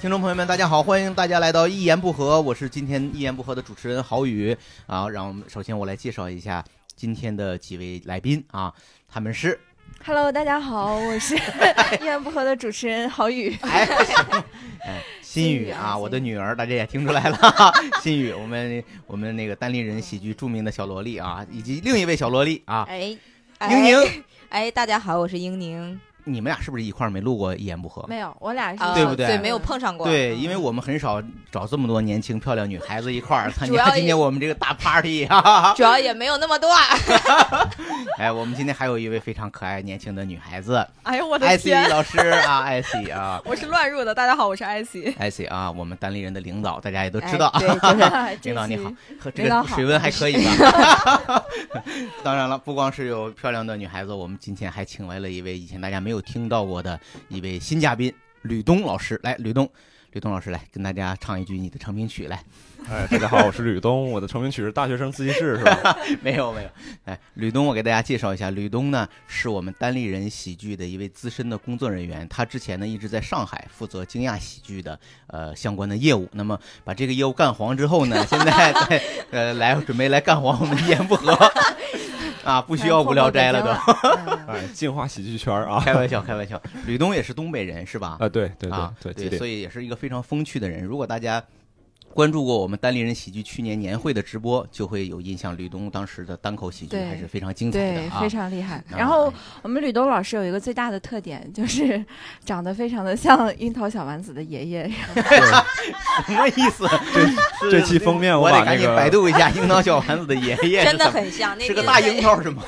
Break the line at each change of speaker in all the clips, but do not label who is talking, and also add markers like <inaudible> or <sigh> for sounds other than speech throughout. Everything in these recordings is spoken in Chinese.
听众朋友们，大家好，欢迎大家来到一言不合，我是今天一言不合的主持人郝宇啊。让我们首先我来介绍一下今天的几位来宾啊，他们是
Hello，大家好，我 <laughs> 是一言不合的主持人郝宇。
哎，哎新宇啊，我的女儿，大家也听出来了，新宇，我们我们那个单立人喜剧著名的小萝莉啊，以及另一位小萝莉啊，
哎，
宁宁，
哎，大家好，我是英宁。
你们俩是不是一块儿没录过一言不合？
<laughs> 没有，我俩是
啊，
对不对
没有碰上过。
对，因为我们很少找这么多年轻漂亮女孩子一块儿参
主要
加今
也
天我们这个大 party 啊！
主要也没有
<laughs>
那么多。
哎，我们今天还有一位非常可爱年轻的女孩子，
哎呦我
艾希！老师啊，艾希啊，
我是乱入的，大家好，我是艾希。
艾希啊，我们单立人的领导，大家也都知道
<laughs>
啊。
哎对就是
领导你好，和这
领导
个
好
水温还可以吧？当然了，不光是有漂亮的女孩子，我们今天还请来了一位以前大家没有听到过的一位新嘉宾吕东老师。来，吕东，吕东老师来跟大家唱一句你的成名曲来。
哎，大家好，我是吕东，我的成名曲是《大学生自习室》，是吧？
<laughs> 没有没有，哎，吕东，我给大家介绍一下，吕东呢是我们单立人喜剧的一位资深的工作人员，他之前呢一直在上海负责惊讶喜剧的呃相关的业务，那么把这个业务干黄之后呢，现在在呃来准备来干黄我们一言不合啊，不需要无聊斋了都，<laughs>
<laughs> 都。
哎，进化喜剧圈儿啊！
开玩笑开玩笑，吕东也是东北人是吧？
啊，对对
啊，
对对，对
所以也是一个非常风趣的人。如果大家关注过我们单立人喜剧去年年会的直播，就会有印象，吕东当时的单口喜剧
对
还是非常精彩的
嗯对，
啊
非。常厉害。
啊
然后我们吕东老师有一个最大的特点，就是 <laughs> 长得非常的像樱桃小丸子的爷爷。
<laughs> 什么意思？
这这期封
<laughs>
面
我得
把那
赶紧
个
百度一下樱桃小丸子的爷爷是
<laughs> 真的
怎么，
很像。那
是
天
个大樱桃是吗？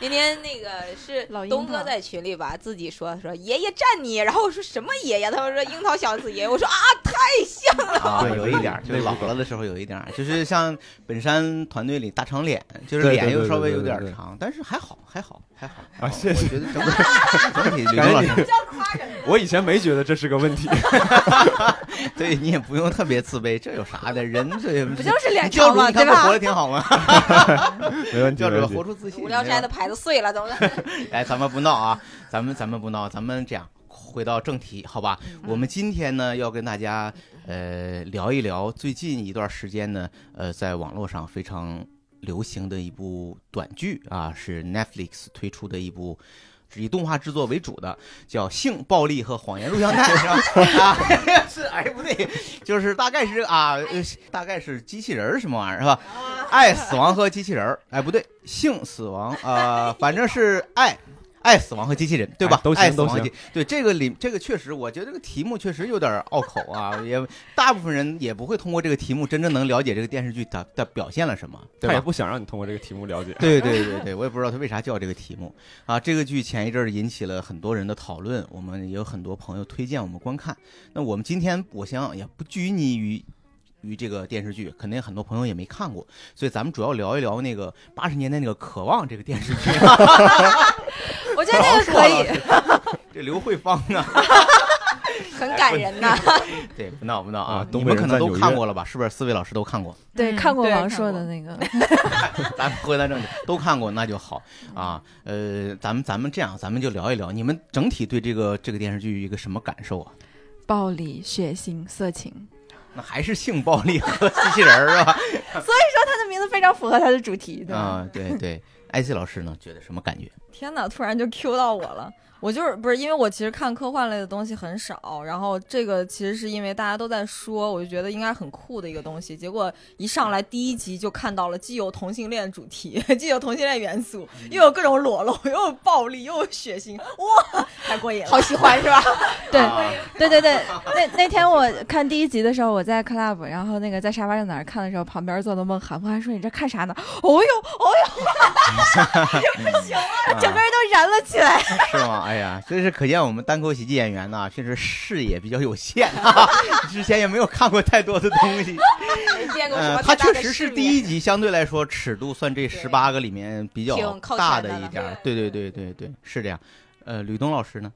那天那个是
老樱桃
东哥在群里吧，自己说说爷爷站你，然后我说什么爷爷？他们说樱桃小子爷，我说啊，太像了。
啊，
对
有一点儿，就是
内部
老
梗
了的时候有一点儿，就是像本山团队里大长脸，就是
对对
脸又
对
稍微有
对对
点儿
对
长，但是还好，还好，还好
啊谢
谢。我觉得整体整体吕东老
赶紧
师，哎
我以前没觉得这是个问
<laughs>
题，
对你也不用特别自卑，这有啥的？人这
不就是脸
教
长
主，
吗？
你看
对
我活
吧
得？挺好吗？
没问题，
教
没
主
问题
活。出自信。
无聊斋的牌子碎了，怎
<laughs>
么的？
哎，咱们不闹啊，咱们咱们不闹，咱们这样回到正题，好吧？
嗯
我们今天呢要跟大家呃聊一聊最近一段时间呢，呃，在网络上非常流行的一部短剧啊，是 Netflix 推出的一部。以动画制作为主的叫《性暴力和谎言录像带》是吧？ <laughs> 啊，是哎不对，就是大概是啊，呃大概是机器人儿什么玩意儿是吧？爱死亡和机器人儿，哎，不对，性死亡，呃，反正是爱。爱死亡和机器人，对吧？
哎都行
爱死亡和
都
机对这个里这个确实，我觉得这个题目确实有点拗口啊，也大部分人也不会通过这个题目真正能了解这个电视剧它它表现了什么，对
他也
吧？
不想让你通过这个题目了解。
对对对对，我也不知道它为啥叫这个题目啊。这个剧前一阵儿引起了很多人的讨论，我们也有很多朋友推荐我们观看。那我们今天我想也不拘泥于于这个电视剧，肯定很多朋友也没看过，所以咱们主要聊一聊那个八十年代那个《渴望》这个电视剧。
<laughs> 我觉得那个可以。
<laughs> 这刘慧芳啊，
很感人呐。
对，哎不闹不闹啊
啊，
你
东北
们
人
可能
在
都
纽约
看过了吧？是不是四位老师都看过？
<laughs> 对，
嗯
看过
对
王
看
朔
过
的那个，
咱们回到正题，都看过那就好啊。呃，咱们咱们这样，咱们就聊一聊，你们整体对这个这个电视剧一个什么感受啊？
暴力、血腥、色情，
那还是性暴力和机器人儿是吧？
它的名字非常符合它的主题，对吧？
啊，对对。艾希老师呢，觉得什么感觉？
天哪，突然就 Q 到我了。我就是不是因为我其实看科幻类的东西很少，然后这个其实是因为大家都在说，我就觉得应该很酷的一个东西，结果一上来第一集就看到了既有同性恋主题， <laughs> 既有同性恋元素，
嗯
又有各种裸露， <laughs> 又有暴力，又有血腥，哇，太过瘾了！
好喜欢是吧？
对
啊
对对
<laughs>
对，那那天我看第一集的时候，我在 club，然后那个在沙发上哪儿看的时候，旁边做的梦涵涵说：“你这看啥呢？”哦呦，哦
啊
呦，整个人都燃了起来。
是吗？哎呀，这是可见我们单口喜剧演员呢，确实视野比较有限啊， <laughs> 之前也没有看过太多的东西。
没见过什
嗯，
么
它
太大
确
的世面。
实是第一集相对来说尺度算这十八个里面比较
挺靠
大
前的
一
了
点儿，对对对对对，是这样。呃，吕东老师呢？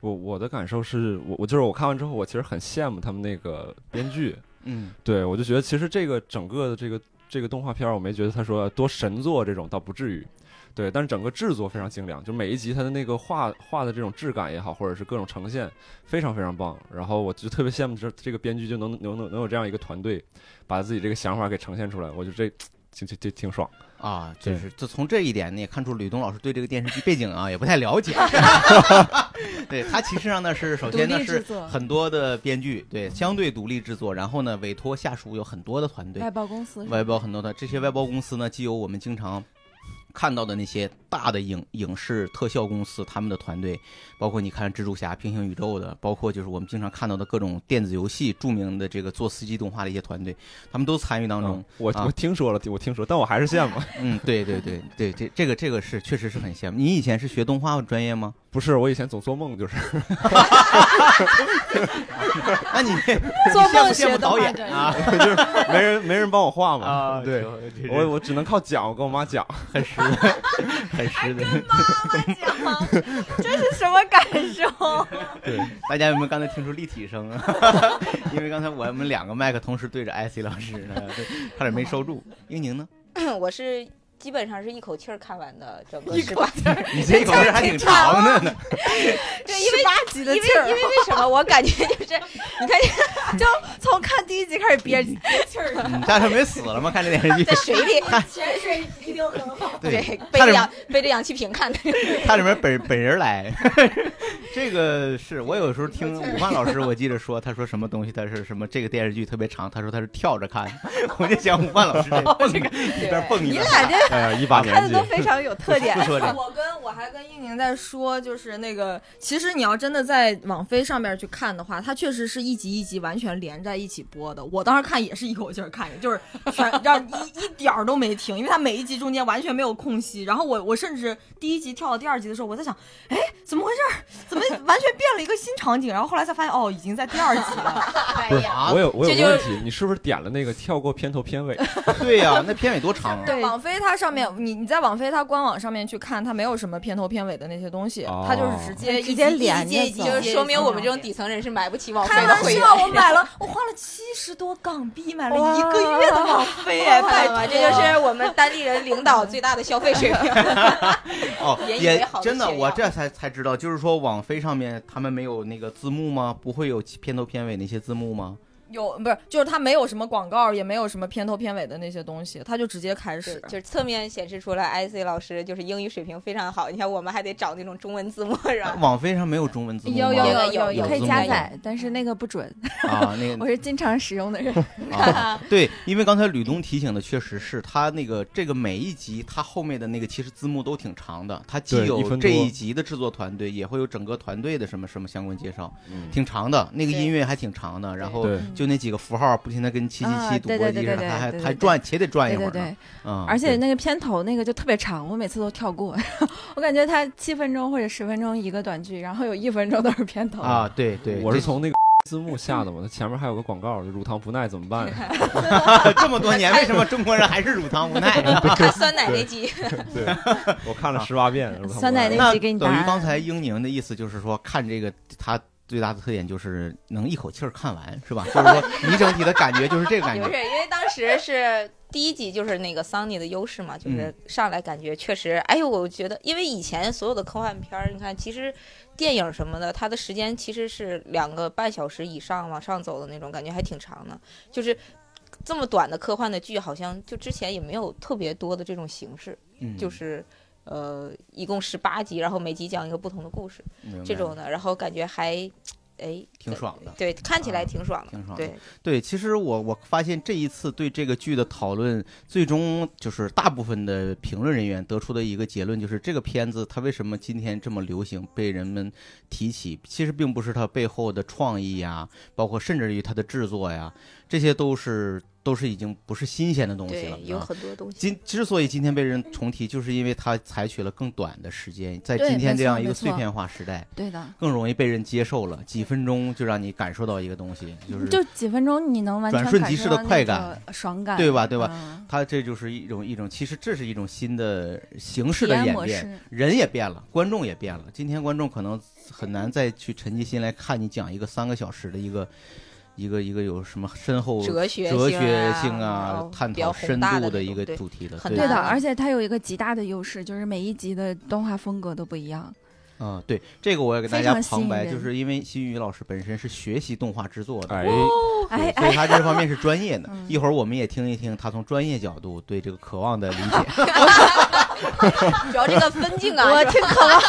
我我的感受是我我就是我看完之后，我其实很羡慕他们那个编剧，
嗯，
对我就觉得其实这个整个的这个这个动画片儿，我没觉得他说多神作这种倒不至于，对，但是整个制作非常精良，就每一集它的那个画画的这种质感也好，或者是各种呈现，非常非常棒。然后我就特别羡慕这这个编剧就能能能能有这样一个团队，把自己这个想法给呈现出来，我觉得这挺挺挺挺爽。
啊，
对
就是就从这一点呢，也看出吕东老师对这个电视剧背景啊也不太了解。 <laughs> 对他其实上呢是首
独
先呢
立
是
制作，
很多的编剧，对相对独立制作，然后呢委托下属有很多的团队
外，包公司是吧
外包很多的这些外包公司呢，既有我们经常看到的那些大的影影视特效公司，他们的团队，包括你看蜘蛛侠、平行宇宙的，包括就是我们经常看到的各种电子游戏著名的这个做 CG 动画的一些团队，他们都参与当中
嗯。我
啊
我听说了，我听说，但我还是羡慕。
嗯，对对对对，这这个这个是确实是很羡慕。你以前是学动画专业吗？
不是，我以前总做梦，就是 <laughs>
<laughs>
那你
做
你羡慕
梦
羡慕
学
导演
动画专业
啊
就是没人没人帮我画嘛。对，
我
我我只能靠讲，我跟我妈讲。
很实很实的。
哎妈
<laughs>
讲，这是什么感受？
对，大家有没有刚才听出立体声啊？ <laughs> 因为刚才我们两个麦克同时对着 IC 老师呢，对差点没收住。英
<laughs>
宁呢？
我是基本上是一口气儿看完的整个
一
十八集，
你这口气还挺
啊
长的呢。
对，因为
八级的
因为
劲儿，
因为
啊
为什么？我感觉 <laughs> 就是
就从看第一集开始憋憋气儿了。
你差点没死了吗？看这电
<laughs>
视剧
在，水里，
潜水一定很好。
对，
背
差
着
点
氧背着氧气瓶 <laughs> 看的。
<laughs> 差点没本本人来。 <laughs> 这个是我有时候听武汉老师，我记着说，他说什么东西，他是什么这个电视剧特别长，他说他是跳着看， <laughs> 我就想武汉老
<laughs>
师这蹦一边蹦一
你
边
俩这
哎呀，一把
看
年
的
纪
都，非常有特点
不。说这
我跟我还跟应宁在说，就是那个，其实你要真的在网飞上面去看的话，它确实是一集一集完全连在一起播的。我当时看也是一口气儿看，就是全让一一点儿都没停，因为它每一集中间完全没有空隙。然后我我甚至第一集跳到第二集的时候，我在想，哎，怎么回事儿？怎么完全变了一个新场景？然后后来才发现，哦，已经在第二集了。
哎
不是
呀，
啊
我？有我有
这就
个问题，你是不是点了那个跳过片头片尾？
对呀、那片尾多长啊？
对，网飞它上面，你你在网飞它官网上面去看，它没有什么片头片尾的那些东西，
哦
它就是直接一
直接
集一集
连着
一集一集
走
一
就
集
是说明我们这种底层人是买不起网费
开
的
玩
会员。
笑，我
<laughs>
买了，我花了七十多港币买了一个月的网费，哎，拜
啊拜
托，
吧，这就是我们当地人领导最大的消费水平。
哦，
也以为
也
好的
真的，
炫耀
啊
我这才才知道，就是说网飞上面他们没有那个字幕吗？不会有片头片尾那些字幕吗？
有不是就是它没有什么广告，也没有什么片头片尾的那些东西，它就直接开
对
始，。
<laughs> 就是侧面显示出来，IC 老师就是英语水平非常好。你看，我们还得找那种中文字幕，是 <laughs> 吧？
网飞上没有中文字幕吗？
有
有
有
有
有，可以
有
加
有
载，但是那个不准。
啊，那个
我是经常使用的人，
啊，对，因为刚才吕东提醒的确实是他那个这个每一集他后面的那个其实字幕都挺长的，他既
对一
有
分
这
多
一集的制作团队，也会有整个团队的什么什么相关介绍，
嗯
挺长的，那个
对
音乐还挺长的，然后
对
就那几个符号不停的跟七七
嗯啊
七赌
对
博
对
机
对
上，
对
他还
对对
还
对
转且得转一
对
会
对
儿呢
对，，
嗯，
而且
对
那个片头那个就特别长，我每次都跳过， <laughs> 我感觉它七分钟或者十分钟一个短剧，然后有一分钟都是片头。
啊，对对，
我
这
是从那个 <laughs> 字幕下的嘛，它前面还有个广告，就乳糖不耐怎么办？
<laughs> 这么多年，为什么中国人还是乳糖不耐？
看酸奶那集，
<laughs> 对，我看了十八遍。乳糖不耐
酸奶那
那
集给你答
等于
案。
刚才英宁的意思就是说，看这个它最大的特点就是能一口气儿看完，是吧？就是说
<laughs>
你整体的感觉就是这个感
不
觉
是，因为当时是第一集，就是那个桑尼的优势嘛，
嗯
就是上来感觉确实，哎呦，我觉得，因为以前所有的科幻片儿，你看，其实电影什么的，它的时间其实是两个半小时以上往上走的那种，感觉还挺长的，就是。这么短的科幻的剧，好像就之前也没有特别多的这种形式，
嗯，
就是呃，一共十八集，然后每集讲一个不同的故事，
明白
这种的，然后感觉还，哎，
挺爽的。
对，看起来挺爽
啊
的，
挺爽的
对，
对，其实我我发现这一次对这个剧的讨论，最终就是大部分的评论人员得出的一个结论，就是这个片子它为什么今天这么流行，被人们提起，其实并不是它背后的创意呀，包括甚至于它的制作呀，这些都是都是已经不是新鲜的东西了
对，。有
啊
很多东西。
今之所以今天被人重提，就是因为它采取了更短的时间，在
对
今天
没
这
错
样一个
没
碎
错
片化时代，
对的，
更容易被人接受了。几分钟就让你感受到一个东西，就是
就几分钟你能完全
转瞬即逝的
感受到
快
那
感
个爽感，嗯
对吧对吧
吧？
它这就是一种一种，其实这是一种新的形式
体
的
验
演
模
变，
式，
人也变了，观众也变了。今天观众可能很难再去沉浸心来看你讲一个三个小时的一个一个一个有什么深厚
哲学
哲
性
学
啊
性
然
啊
后，
探
比较
讨
宏
深
大
度
的
的
那
一
种
个
对
主题的，
很
对
对的，
难
而且它有一个极大的优势，就是每一集的动画风格都不一样。
嗯，对，这个我也给大
非
家
常吸
旁
引
白，
人
就是因为新宇老师本身是学习动画制作的，
哎，
哎
所以
哎，
他这方面是专业的。
嗯
一会儿我们也听一听他从专业角度对这个渴望的理
<laughs>
解。
<laughs> 主要这个分镜 <laughs> 啊，
我
是吧
听可望，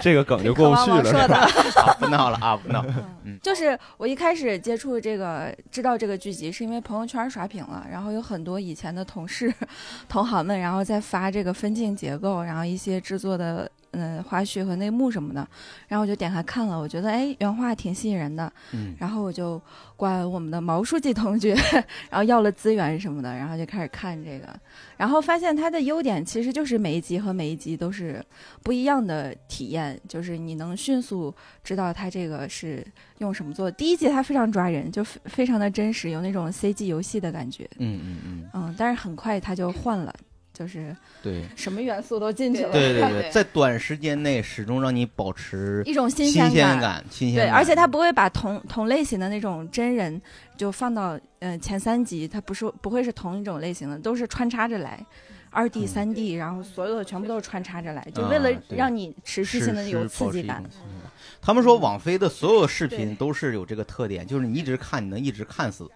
这个梗就过不去了，
挺渴望王朔
是
的
吧？
啊，不闹了啊，不
<laughs>
闹。
嗯就是我一开始接触这个，知道这个剧集是因为朋友圈刷屏了，然后有很多以前的同事、 <laughs> 同行们，然后在发这个分镜结构，然后一些制作的嗯花絮和内幕什么的，然后我就点开看了，我觉得哎原画挺吸引人的，
嗯，
然后我就管我们的毛书记同学， <laughs> 然后要了资源什么的，然后就开始看这个，然后发现它的优点其实就是每一集和每一集都是不一样的体验，就是你能迅速知道它这个是用什么做。第一集它非常抓人，就非非常的真实，有那种 CG 游戏的感觉，
嗯嗯嗯，
嗯，但是很快它就换了，就是
对。
什么元素都进去了，
对对
对
对，在短时间内始终让你保持
<laughs> 一种新
新
鲜
鲜感，新鲜
对，
感。
而且他不会把同同类型的那种真人就放到呃前三集，他不是不会是同一种类型的，都是穿插着来，二 D、
嗯
三 D，然后所有的全部都是穿插着来，就
啊
为了
对
让你持续性的
是
有
是
刺
保
激
持一
感
种。新鲜感他们说网飞的所有视
对
频都是有这个特点，就是你一直看，你能一直看死。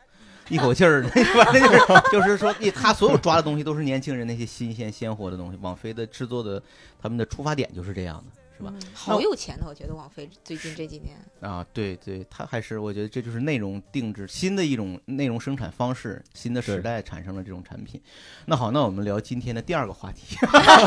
一口气儿， <laughs> 反正就是就是说，你他所有抓的东西都是年轻人那些新鲜鲜活的东西。网飞的制作的，他们的出发点就是这样的
好有钱的，我觉得王菲最近这几年，
啊。对对，他还是我觉得这就是内容定制新的一种内容生产方式，新的时
对
代产生了这种产品。那好，那我们聊今天的第二个话题，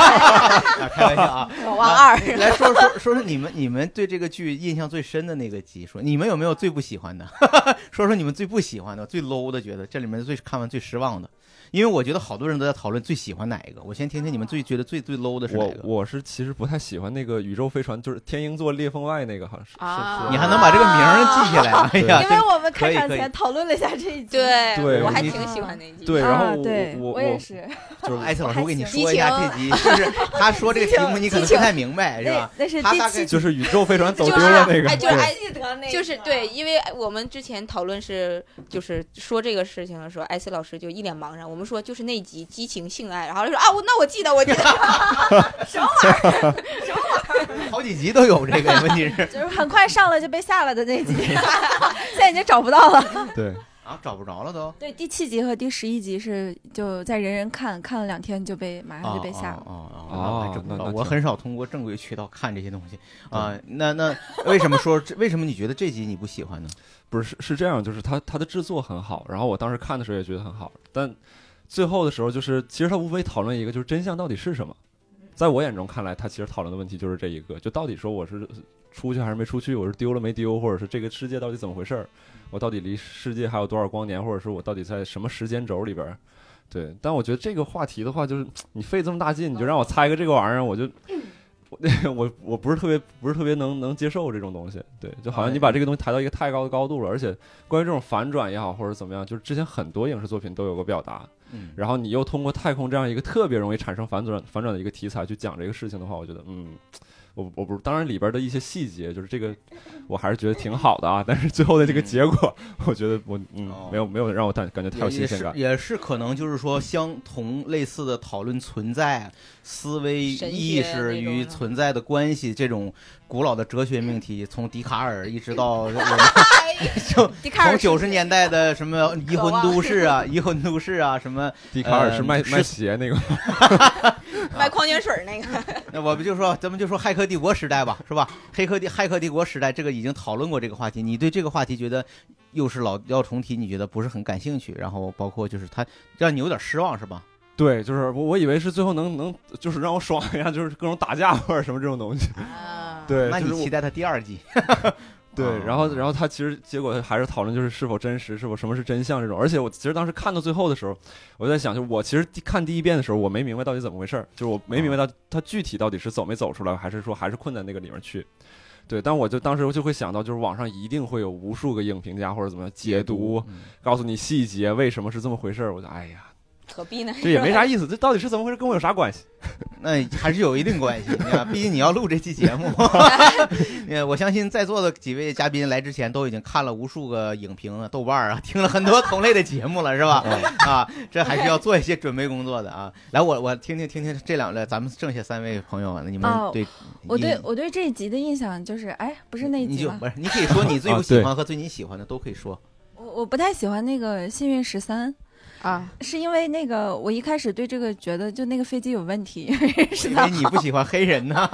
啊开玩笑啊，
老王二，
来说说说说你们你们对这个剧印象最深的那个集数，你们有没有最不喜欢的？ <laughs> 说说你们最不喜欢的、最 low 的，觉得这里面最看完最失望的。因为我觉得好多人都在讨论最喜欢哪一个，我先听听你们最觉得最最 low 的是哪
我
个。
我是其实不太喜欢那个宇宙飞船，就是天鹰座裂缝外那个，好像是
啊
是是
你还能把这个名儿记下来？哎呀，
因为我们开
可以
场
可以
前讨论了一下这一集，
<laughs> 对，
对
我还
你
挺喜欢那一集。
对，然后
啊，对，
我
也
我
是，
这艾特老师，我给你
还
行
说一下这集，就是他说这个题目你可能不太明白，是
那
吧？
那是
他
第
大概
七集，
<laughs> 就是宇宙飞船走
就
丢
是
了那个，
哎，就是
对
哎，
记得那
就是对，，因为我们之前讨论是就是说这个事情的时候，艾斯老师就一脸茫然。我们说就是那集激情性爱，然后他说啊，我那我记得，我
<laughs>
记得。
好几集都有这个，问题是
就是很快上了就被下了的那
<laughs>
集，现在已经找不到了。
对，
啊，找不着了都。
对，第七集和第十一集是就在人人看看了两天就被马上就被下了。
哦哦
哦
那还真
那
不
那
我
挺
很少通过正规渠道看这些东西啊。那那为什么说这为什么你觉得这集你不喜欢呢？
不是是是这样，就是它它的制作很好，然后我当时看的时候也觉得很好，但最后的时候就是其实它无非讨论一个就是真相到底是什么，在我眼中看来，它其实讨论的问题就是这一个，就到底说我是出去还是没出去，我是丢了没丢，或者是这个世界到底怎么回事儿，我到底离世界还有多少光年，或者是我到底在什么时间轴里边儿。对，但我觉得这个话题的话，就是你费这么大劲，你就让我猜个这个玩意儿，我就 <laughs> 我我我不是特别不是特别能能接受这种东西。对，就好像你把这个东西抬到一个太高的高度了，而且关于这种反转也好，或者怎么样，就是之前很多影视作品都有过表达，
嗯，
然后你又通过太空这样一个特别容易产生反转反转的一个题材去讲这个事情的话，我觉得嗯。我我不是，当然里边的一些细节，就是这个， <laughs> 我还是觉得挺好的啊。但是最后的这个结果，我觉得我嗯
哦，
没有没有让我感感觉太有
也
新
也
鲜
是
感。
也是可能就是说相同类似的讨论存在、思维
神学
意识
那种啊
与
的
存在的关系这种古老的哲学命题，从笛卡尔一直到我
<laughs>
们就
迪卡
从
尔
九十年代的什么移魂
<laughs> 渴望
都市啊、移魂都市啊什么。
笛卡尔
呃
是卖
是
卖鞋那个，
卖矿泉水那个，
那我们就说，咱们就说《骇客帝国》时代吧，是吧？黑客帝骇客帝国时代，这个已经讨论过这个话题。你对这个话题觉得又是老调重提，你觉得不是很感兴趣？然后包括就是它让你有点失望，是吧？
对，就是我我以为是最后能能就是让我爽一下，就是各种打架或者什么这种东西。
啊，
对，
那
就
你
是我
期待它第二季？ <laughs>
啊
对，然后然
后
后他其实结果还是讨论就是是否真实，是否什么是真相这种。而且我其实当时看到最后的时候，我在想，就我其实第看第一遍的时候，我没明白到底怎么回事儿，就是我没明
啊
白到他具体到底是走没走出来，还是说还是困在那个里面去。对，但我就当时我就会想到，就是网上一定会有无
嗯
数个影评家或者怎么样解读，告诉你细节为什么是这么回事儿。我就哎呀，
何必呢？
这也
<laughs>
没啥意思，这到底是怎么回事？跟我有啥关系？
那还是有一定关系。你看，毕竟你要录这期节目，呃，我相信在座的几位嘉宾来之前都已经看了无数个影评啊、豆瓣儿啊，听了很多同类的节目了，是吧？啊，这还是要做一些准备工作的啊。来，我我听听听听这两位，咱们剩下三位朋友，啊你们
哦
对，
我对
你
我对这一集的印象就是，哎，不是那一
你
集
就
吗
不？是，你可以说你最
啊
不喜
对
欢和最你喜欢的都可以
<laughs>
说。
我我不太喜欢那个《幸运十三》。
啊，
是因为那个，我一开始对这个觉得就那个飞机有问题， <laughs>
因为你不喜欢黑人呢，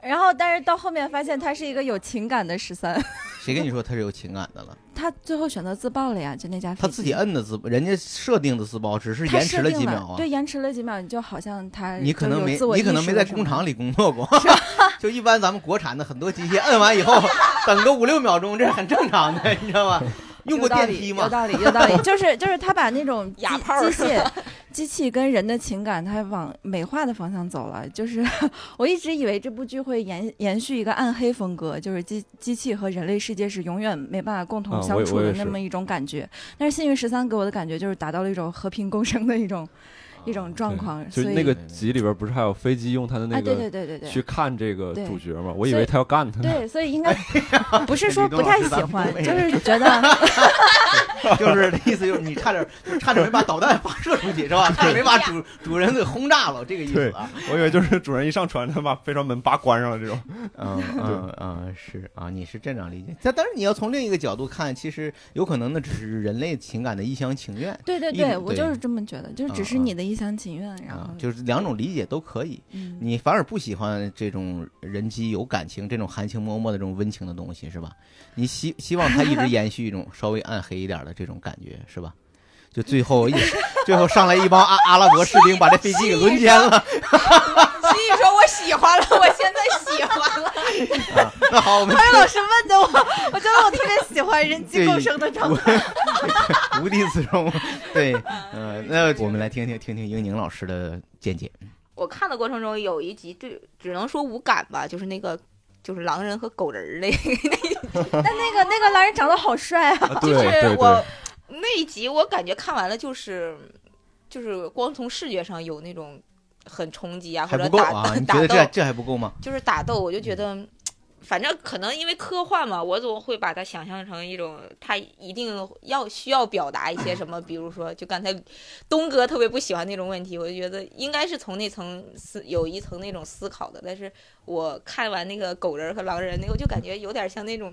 然后但是到后面发现他是一个有情感的十三，
<laughs>
<laughs>
谁跟你说他是有情感的了？
他最后选择自爆了呀，就那架飞机。
他自己摁的自，人家设定的自爆，只是
他
延
设
迟
定了
几秒啊。
对，延迟了几秒，你就好像他
你可能
就
没，
有自我
你可
意
能
识
没
了
在
什
工
么
厂里工作过， <laughs> 就一般咱们国产的很多机械摁完以
<laughs>
后，等个五六秒钟，这是很正常的，你知道吗？用过
有道
电
理
梯
有
吗？
道理，有道理，就是就是他把那种机
<laughs> 哑炮儿
机械、机器跟人的情感，他往美化的方向走了。就是 <laughs> 我一直以为这部剧会延延续一个暗黑风格，就是机机器和人类世界是永远没办法共同
啊我
相
也
处
我
的
也
那
是
么一种感觉。但是《幸运十三》给我的感觉就是达到了一种和平共生的一种
啊
一种状况，
就
所
是
以
那个集里边不是还有飞机用他的
啊，
那
对对
个
对对对
去。看这个
对
主角嘛？我以
所以
为他要干他呢。
对，所以应该不是说
吕东
不
老
太
师
喜
咱们
欢
东，北
就
人
是觉得
就是 <laughs> 意思就是你差点，就是差点没把导弹发射出去是
<laughs>
吧？差点没把主主人给轰炸了，这个意思啊。
我以为就是主人一上船，他把飞船门叭关上了
<laughs>
这种。
嗯嗯嗯，是啊，你是这样理解。但但是你要从另一个角度看，其实有可能那只是人类情感的一厢情愿。
对对
一
对，
种
我
对
就是这么觉得，就是只是
嗯嗯
你的一厢情愿，然后
啊，就是两种理解都可以。
嗯
你反而不喜欢这种人机有感情、这种含情脉脉的这种温情的东西，是吧？你希希望它一直延续一种稍微暗黑一点的这种感觉，是吧？就最后一最后上来一帮阿阿拉伯士兵把这飞机给轮奸了。
<laughs> 所以说我喜欢了，我现在喜欢了。
啊那
<laughs>
好，我们
潘老师问的我，我觉得我特别喜欢人机共生的状
<laughs>
态。
无地自容。对，
<laughs>
呃，那我们来听听听听英宁老师的见解。
我看的过程中有一集对，只能说无感吧，就是那个就是狼人和狗人儿类，
但那个那个狼人长得好帅
<laughs>
啊！
对
<laughs> 就
对
是我
对，
那一集我感觉看完了就是就是光从视觉上有那种很冲击啊，
还
或者
不够
打、
啊？你觉
打
得这
斗，
这还不够吗？
就是打斗，我就觉
嗯
得。反正可能因为科幻嘛，我总会把它想象成一种，它一定要需要表达一些什么，比如说，就刚才东哥特别不喜欢那种问题，我就觉得应该是从那层思有一层那种思考的。但是我看完那个狗人儿和狼人那个，我就感觉有点像那种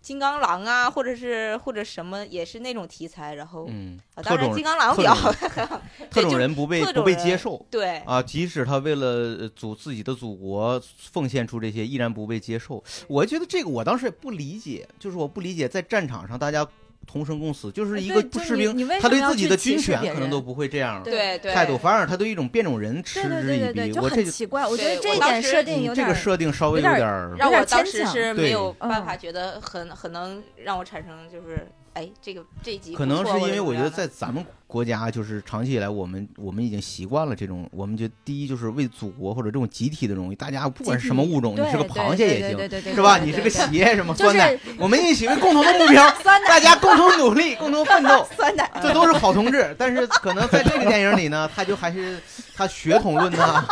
金刚狼啊，或者是或者什么，也是那种题材。然后，
嗯，
啊
特
当然
种
金刚狼
特
比较
种
好，
特
对
种
就
人不被
特
不
种
被
人
接受。
<laughs> 对，
啊，即使他为了呃祖自己的祖国奉献出这些，依然不被接受。我觉得这个我当时也不理解，就是我不理解在战场上大家同生共死，就是一个
哎对就
士
你
兵，
你为
他
什么
对
要
自己
去
的
歧
军
视别
犬可能
人
都不会这样
对
对对
态度，反而他对一种变种人嗤
对对
之以
对对
鼻。
对，就
我这
很
就
奇怪，我觉
对
得这一
我当
点设
时
定有
这
点
个
儿。
设定稍微
有点
儿
让
点
我当
牵
时
强
是
对
没有办
嗯
法觉得很很能让我产生就是哎，这个这一集
可
不
能
错
是因
或者
为
怎
我
么
觉得
样的
在咱们国家，就是长期以来，我们我们已经习惯了这种，我们觉得第一就是为祖国或者这种集体的荣誉，大家不管是什么物种，你
对
是个
对
螃蟹
对
也
对对
行，
对对
是吧？
对
你是个
对对
鞋什么
就
酸奶
是，
<laughs>
我们一起为共同的目标，大家共同努力，共同奋斗。
酸奶，
这都是好同志，但是可能在这个电影里呢，他就还是他血统论呢，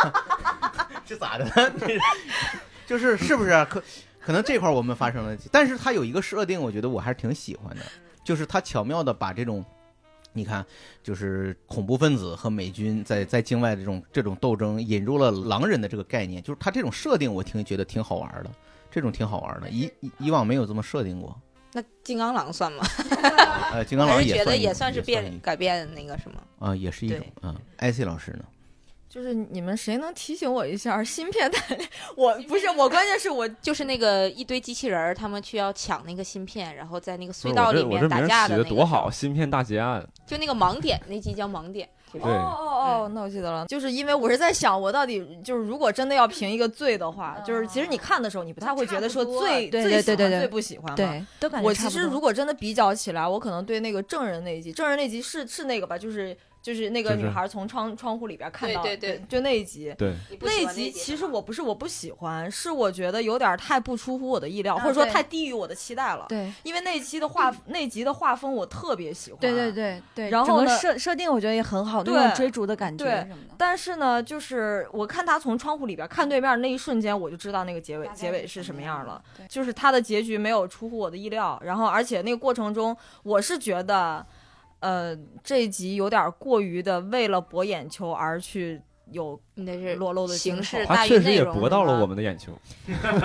这咋的？这 <laughs> 是就是是不是啊可可能这块儿我们发生了，但是他有一个设定，我觉得我还是挺喜欢的，就是他巧妙的把这种。你看，就是恐怖分子和美军在在境外的这种这种斗争，引入了狼人的这个概念，就是他这种设定，我挺觉得挺好玩的，这种挺好玩的，以以以往没有这么设定过。
那金刚狼算吗？
呃，金刚
我
狼
是
也
觉得
算一种
也算是
一
变
种
改变那个什么，
啊，也是一种啊。艾 c 老师呢？
就是你们谁能提醒我一下芯片代理？我不是我，关键是我
就是那个一堆机器人儿，他们去要抢那个芯片，然后在那个
不
隧
是
道
我
里
这我
面
这
打
名
架
儿
的
起
那
的
个
多
时候
好，，芯片大劫案。
就那个盲点那集叫盲点，就是
哦
对
哦哦，那我记得了，就是因为我是在想，我到底就是如果真的要评一个罪的话，就是其实
嗯
你看的时候，你不太会觉得说最
对
最
对
喜
对对
欢
对
最不喜欢嘛。
对，都感觉
我其
差不
实
多
如果真的比较起来，我可能对那个证人那一集，证人那集是是那个吧，就是就是那个
就是
女孩从窗窗户里边看
对
到，
对对
就那一集。
对，
你不喜
那
欢
集
集
其实我不是我不喜欢，是我觉得有点太不出乎我的意料，
啊
或者说
对
太低于我的期待了。
对
因为那一期的画那集的画风我特别喜欢。
对对对对，
然
整
后
个
呢
设设定我觉得也很好，那
对
种追逐的感觉
对
什么的。
但是呢，就是我看他从窗户里边看对面那一瞬间，我就知道那个结尾
大概
结尾
是
是
什
什
么
么
样
样
的
了
对。
就是他的结局没有出乎我的意料，然后而且那个过程中，我是觉得，呃，这一集有点过于的为了博眼球而去有
你那是
裸露的
形
镜
式
头
他
大于
确实
内
也
容，
博到了我
们。
们的眼球。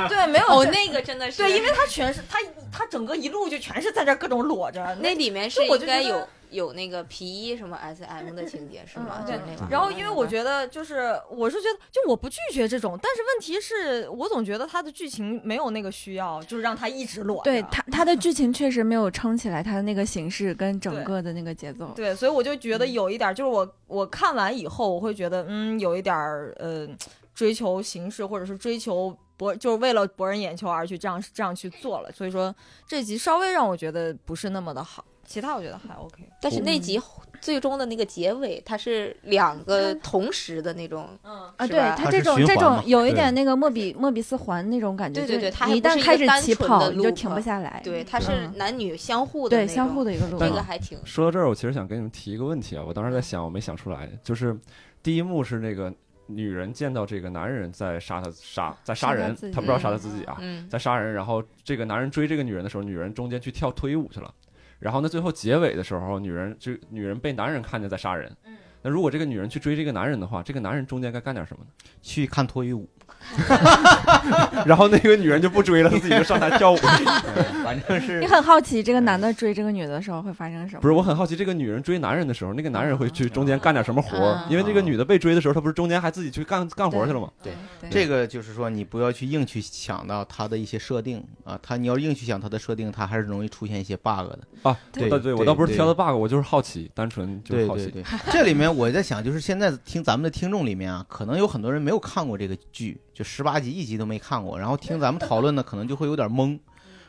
对没有
哦，
这
那个真的是
对，因为他全是他他整个一路就全是在这儿各种裸着
那里面是
就我
应
就
该
觉得
有有那个皮衣什么 S M 的情节是吗？
嗯嗯
就
对
那玩意儿
然后，因为我
得
觉得，就是呃我是觉得，就我不拒绝这种，但是问题是我总觉得它的剧情嗯没有那个需要，就是让他一直裸着。
哎
对它它的剧情确实没有撑起来，它的那个形式跟整
对
个的那个节奏。
对，所以我就觉
嗯
得有一点儿，就是我我看完以后，我会觉得，嗯，有一点儿呃，追求形式或者是追求博，就是为了博人眼球而去这样这样去做了。所以说这集稍微让我觉得不是那么的好，其他我觉得还 OK。
但是那
嗯
集最终的那个结尾，它是两个同时的那种，
嗯，
啊，
是
对
吧
它
它
这
是
种
循
这
环
种
嘛
有一
对
点那个莫比莫比斯环那种感觉，
对
就
对对
是
它
你一旦
还不是一
开
个
始
单
起
纯
跑，
的
你就
路
停
嘛
不下来。
对，
嗯
它
啊
是男女相互的那
对
种，
相互的一个路
这
但
径
个。还挺
说到这儿，我其实想给你们提一个问题啊，我当时在想，我没想出来，就是第一幕是那个女人见到这个男人在杀他杀在
杀
杀
他
人
自，己
她不知道杀他自己啊，
嗯，
在杀人，然后这个男人追这个女人的时候，女人中间去跳脱衣舞去了。然后呢，最后结尾的时候，女人就女人被男人看见在杀人。
嗯
那如果这个女人去追这个男人的话，这个男人中间该干点什么呢？
去看脱衣舞，
<laughs> 然后那个女人就不追了，她自己就上台跳舞。
<laughs> 反
<laughs>
正是
你很好奇这个男的追这个女的时候会发生什么？
<laughs> 不是，我很好奇，这个女人追男人的时候，那个男人会去中间干点什么活
嗯
啊
儿？因为这个女的被追的时候，她不是中间还自己去干干活去了吗？
对
这个，就是说你不要去硬去想到它的一些设定啊，它你要硬去想它的设定，它还是容易出现一些 bug 的。
啊，
对
对
对
我倒不是
对
挑的 bug，我就是好奇，单纯就是
对
好
对
奇。
对，这里面我在想，就是现在听咱们的听众里面啊，可能有很多人没有看过这个剧，就十八集一集都没看过，然后听咱们讨论呢，可能就会有点懵。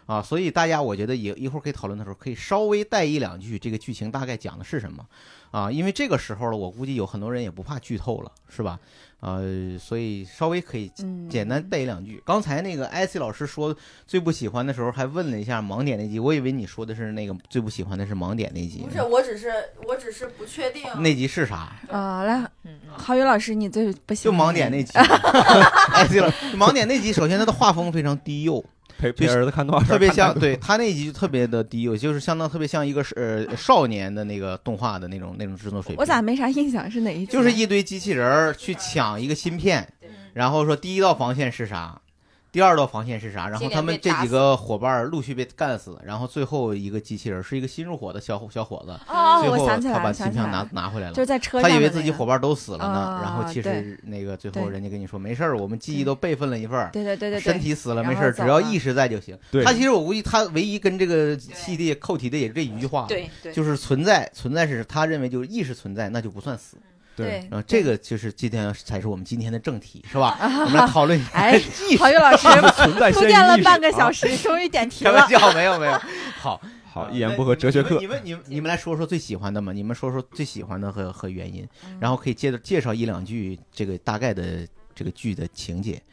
啊，所以大家我觉得也一会儿可以讨论的时候，可以稍微带一两句这个剧情大概讲的是什么啊，因为这个时候了，我估计有很多人也不怕剧透了，是吧？呃，所以稍微可以
嗯，
简单带一两句。刚才那个艾希老师说最不喜欢的时候，还问了一下盲点那集，我以为你说的是那个最不喜欢的是盲点那集呢，
我只是我只是不确定
那集是啥？
啊，来，
嗯嗯
郝宇老师，你最不喜
就
欢
盲点
哪
那
一
集， <laughs> 哎，对了，盲点那集，首先它的画风非常低幼，
陪陪儿子看动画片，
特别像，对他那一集就特别的低幼，就是相当特别像一个是呃少年的那个动画的那种那种制作水
我咋
平。
没啥印象是哪一集啊？
就是一堆机器人儿去抢一个芯片，然后说第一道防线是啥，第二道防线是啥，然后他们这几个伙伴儿陆续被干死，然后最后一个机器人儿是一个新入伙的小伙小伙子，
哦，
嗯最
我
后
想起
他
来
把
了，
芯
想起
片
来
拿
了，
拿回来了
就。是在车
他
上
以为
的
自
那
己
个
伙伴都死了呢
啊，
然后其实那个最后
对
人家跟你说没事儿，我们记忆
对
都备份了一份儿，
对对对对
身
对，
体死了
然
没事
后
儿，
走
只要
了
意识在就行。
对
他其实我估计他唯一跟这个系列扣题的也是这一句话，
对对，
就是存在，存在是他认为就是意识存在，那就不算死。
对，
然后这个就是今天才是我们今天的正题，是
<laughs>
吧？我们来讨论一下
哎 <laughs>
意识
郝宇。老师
存在
铺
先于
垫了
意识
半个小
啊
时，终于点题
开玩
了。
笑，没有没有。好，
好，一言不合哲学课
嗯你。们你们你们来说说最喜欢的嘛？你们说说最喜欢的和和原因，然后可以接着介绍一两句这个大概的这个剧的情节，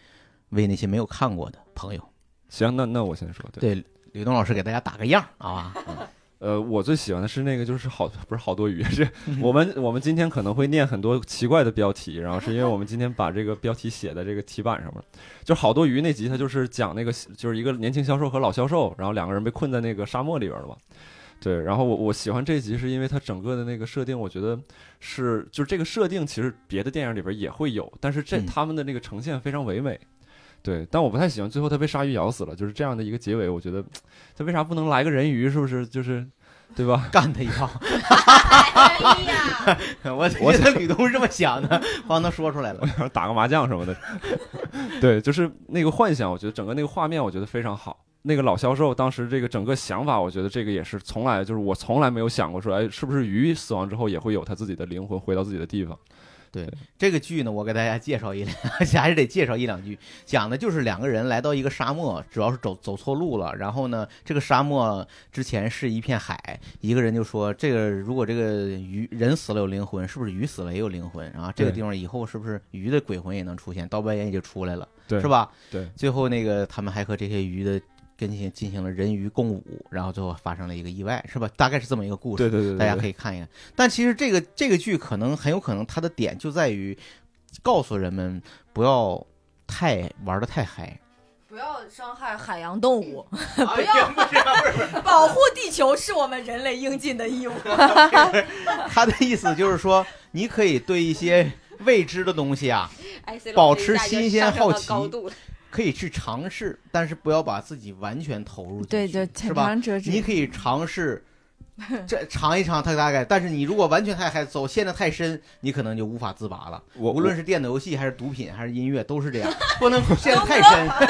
为那些没有看过的朋友。
行，那那我先说，对，
对，吕东老师给大家打个样儿啊，
呃，我最喜欢的是那个，就是好不是好多余，是我们我们今天可能会念很多奇怪的标题，然后是因为我们今天把这个标题写在这个题板上面，就是好多余那集，它就是讲那个就是一个年轻销售和老销售，然后两个人被困在那个沙漠里边了嘛。对，然后我我喜欢这集是因为它整个的那个设定，我觉得是就是这个设定其实别的电影里边也会有，但是这
嗯
他们的那个呈现非常唯美。对，但我不太喜欢最后他被鲨鱼咬死了，就是这样的一个结尾，我觉得他为啥不能来个人鱼？是不是就是，对吧？
干他一炮。
哎 <laughs>
<laughs>
呀，
我觉得吕东是这么想的，帮他说出来了。
打个麻将什么的。 <laughs> 对，就是那个幻想，我觉得整个那个画面，我觉得非常好。那个老销售当时这个整个想法，我觉得这个也是从来就是我从来没有想过说，哎，是不是鱼死亡之后也会有它自己的灵魂回到自己的地方？
对这个剧呢，我给大家介绍一两， <laughs> 还是得介绍一两句。讲的就是两个人来到一个沙漠，主要是走走错路了。然后呢，这个沙漠之前是一片海，一个人就说：“这个如果这个鱼人死了有灵魂，是不是鱼死了也有灵魂啊？这个
对
地方以后是不是鱼的鬼魂也能出现？刀疤眼也就出来了，
对
是吧？”
对，
最后那个他们还和这些鱼的跟进进行了人鱼共舞，然后最后发生了一个意外，是吧？大概是这么一个故事。
对对对，
大家
以
可以看一看。但其实这个这个剧可能很有可能它的点就在于告诉人们不要太玩的太嗨，
不要伤害海洋动物，
不
哎
要不是不是不
<laughs>
是，
保护地球是我们人类应尽的义务。
<laughs> 他的意思就是说，你可以对一些未知的东西啊，
艾斯
保
哎老师
持
一下就
新鲜
上升
好
到
奇
高度了
可以去尝试，但是不要把自己完全投入进去，
对对，浅
是吧？
尝辄止。
你可以尝试。这尝一尝它大概，但是你如果完全太嗨，走陷得太深，你可能就无法自拔了。
我
无论
是
是电子游戏还是毒品还是音乐，都是这样，不能陷得太深。
他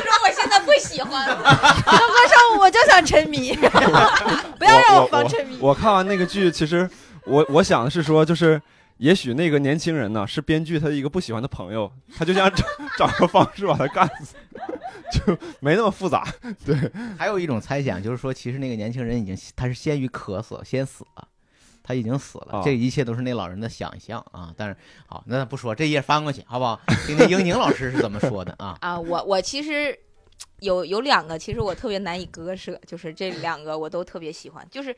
说我现在不喜欢了，？
喝上午我就想
<laughs>
沉迷，不要让
我
防
我
沉迷。
我看完那个剧，其实我我想的是说，就是也许那个年轻人呢是编剧他一个不喜欢的朋友，他就想找 <laughs> 找个方式把他干死， <laughs> 就没那么复杂。
还有一种猜想就是说，其实那个年轻人已经他是先于渴死，先死了。他已经死了
哦，
这一切都是那老人的想象啊！但是好，那不说，这页翻过去好不好？听听英宁老师是怎么说的啊
啊，我我其实有有两个，其实我特别难以割舍，就是这两个我都特别喜欢，就是。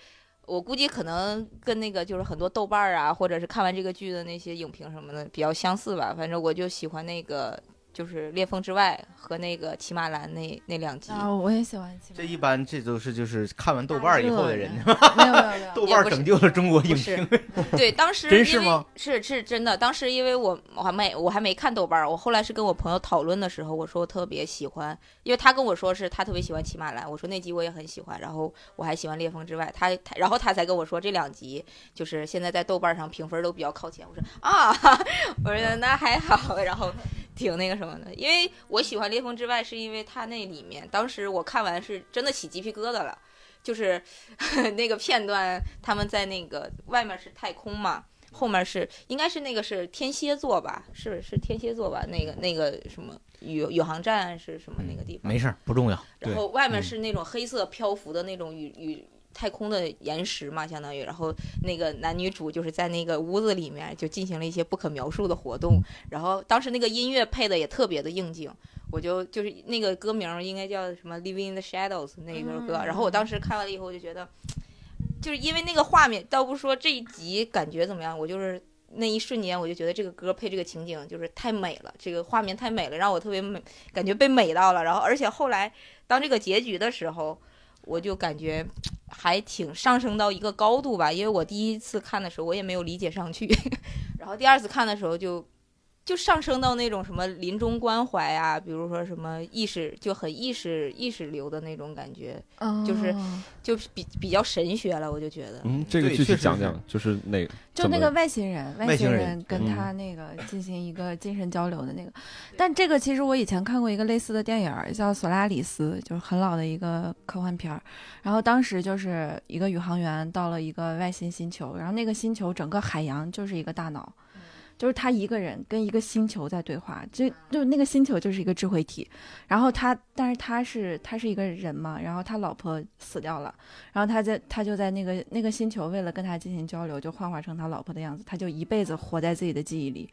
我估计可能跟那个就是很多豆瓣儿啊，或者是看完这个剧的那些影评什么的比较相似吧。反正我就喜欢那个就是《裂缝之外》和那个《骑马兰》那那两集。
啊，我也喜欢骑马。
<laughs> 这一般这都是就是看完豆瓣儿以后的人，
没有没有没
<laughs>
有，
豆瓣儿拯救了中国影
不
评
是，
<laughs>
对，当时
真是
因为
吗？
是是真的，当时因为我我还没我还没看豆瓣儿，我后来是跟我朋友讨论的时候，我说我特别喜欢，因为他跟我说是他特别喜欢骑马兰，我说那集我也很喜欢，然后我还喜欢裂缝之外，他他然后他才跟我说这两集就是现在在豆瓣上评分都比较靠前，我说啊， <laughs> 我说那还好，然后挺那个什么的，因为我喜欢裂缝之外是因为他那里面当时我看完是真的起鸡皮疙瘩了。就是 <laughs> 那个片段，他们在那个外面是太空嘛，后面是应该是那个是天蝎座吧，是是天蝎座吧？那个那个什么宇宇航站是什么那个地方？
嗯没事儿，不重要。
对
然后外面
嗯
是那种黑色漂浮的那种与与太空的岩石嘛，相当于。然后那个男女主就是在那个屋子里面就进行了一些不可描述的活动。然后当时那个音乐配的也特别的应景，我就就是那个歌名儿应该叫什么《Living in the Shadows》那一首歌。
嗯
然后我当时看完了以后，我就觉得，就是因为那个画面，倒不说这一集感觉怎么样，我就是。那一瞬间，我就觉得这个歌配这个情景就是太美了，这个画面太美了，让我特别美，感觉被美到了。然后，而且后来当这个结局的时候，我就感觉还挺上升到一个高度吧，因为我第一次看的时候我也没有理解上去， <laughs> 然后第二次看的时候就就上升到那种什么临终关怀啊，比如说什么意识就很意识意识流的那种感觉，
<laughs> 嗯
就是就是比比较神学了，我就觉得。
嗯，这个
对
具
确
体
实
讲
是
讲，就是哪
就
怎
那
么
个外星人，
外
外
星
星
人
人跟
嗯
他那个进行一个精神交流的那个，但这个其实我以前看过一个类似的电影儿，叫《索拉里斯》，就是很老的一个科幻片儿。然后当时就是一个宇航员到了一个外星星球，然后那个星球整个海洋就是一个大脑，就是他一个人跟一个星球在对话，就就那个星球就是一个智慧体。然后他，但是他是他是一个人嘛，然后他老婆死掉了，然后他在他就在那个那个星球，为了跟他进行交流，就幻化成他老婆的样子，他就一辈子活在自己的记忆里。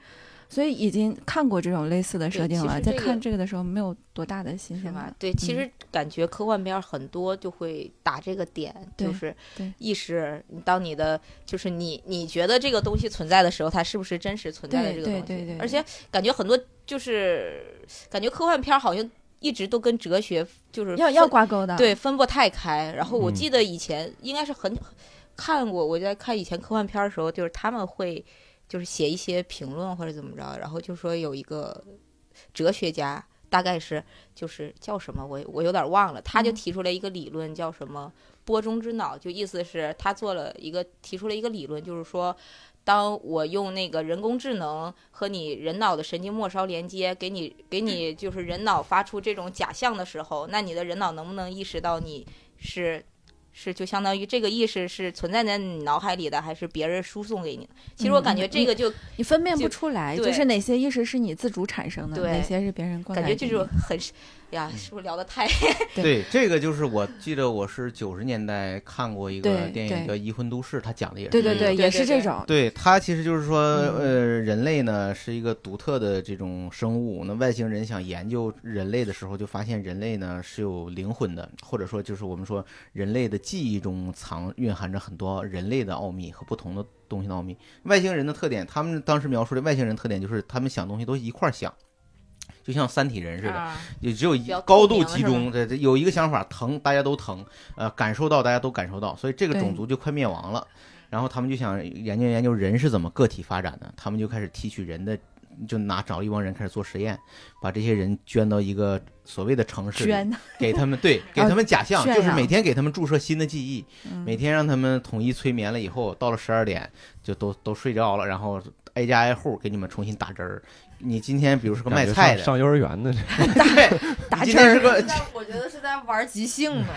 所以已经看过这种类似的设
对
定
其
了，
实
在
这个
看这个的时候没有多大的新
是
鲜
吧
感。？
对，其实感觉科幻片儿很多就会打这个点，
对
就是
对
意识。你当你的就是你你觉得这个东西存在的时候，它是不是真实存在的
对
这个东西？
对对对
而且感觉很多就是感觉科幻片儿好像一直都跟哲学就是
要
分
要挂钩的，
对，分不太开。然后我
嗯
记得以前应该是很看过，我在看以前科幻片儿的时候，就是他们会就是写一些评论或者怎么着，然后就说有一个哲学家，大概是就是叫什么，我我有点忘了，他就
嗯
提出了一个理论叫什么波中之脑，就意思是他做了一个提出了一个理论，就是说。当我用那个人工智能和你人脑的神经末梢连接，给你给你就是人脑发出这种假象的时候，那你的人脑能不能意识到你是是就相当于这个意识是存在在你脑海里的，还是别人输送给你的？其实我感觉这个就
你分辨不
就
出来，就
对
是哪些意识是你自主产生的，
对
哪些是别人灌
感
溉给
觉嗯这
你
种很是，哎呀，是不是聊的太
对，这个就是我记得我是九十年代看过一个
对
电影
对
叫《移魂都市》，它讲的也是
对
这
对
个
对，
嗯对
也
对
是这
对
种，
对它其实就是说，呃，人类呢是一个独特的这种生物。那外星人想研究人类的时候，就发现人类呢是有灵魂的，或者说就是我们说人类的记忆中藏蕴含着很多人类的奥秘和不同的东西的奥秘。外星人的特点，他们当时描述的外星人特点就是他们想东西都一块儿想，就像三体人似的。
啊？
也只有一
比较
高
透
度
明
集
是吧
中，对，对有一个想法疼，大家都疼，呃，感受到大家都感受到，所以这个
对
种族就快灭亡了。然后他们就想研究研究人是怎么个体发展的，他们就开始提取人的，就拿找一帮人开始做实验，把这些人捐到一个所谓的城市里，
捐的，
给他们
<laughs>
对，给他们
哦
假象，
炫
就是
啊
耀
每天给他们注射新的记忆，
嗯
嗯
每天让他们统一催眠了以后，到了十二点就都都睡着了，然后挨家挨户给你们重新打针儿。你今天比如说个卖
感觉
菜
上
的，
上幼儿园的，
对，
打
你今
针
天
儿
是个
我觉得是在玩即兴
<laughs>
呢。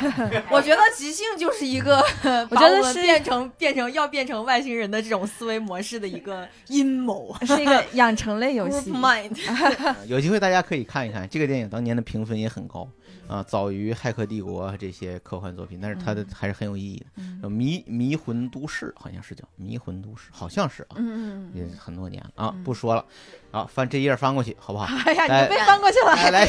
我觉得即兴就是一
<laughs>
个，我
觉得是
变成变成要变成外星人的这种思维模式的一个阴谋
<laughs> 是一个养成类游
Group
戏。
mind。
有机会大家可以看一看这个电影，当年的评分也很高啊，早于《骇客帝国》这些科幻作品，但是它的还是很有意义的。
嗯
呃迷迷魂都市好像是叫迷魂都市，好像是啊，
嗯
也很多年了啊，不说了，好翻这页翻过去
<laughs>
好不好？
<laughs> 哎呀，
哎
你就被翻过去了。
来来，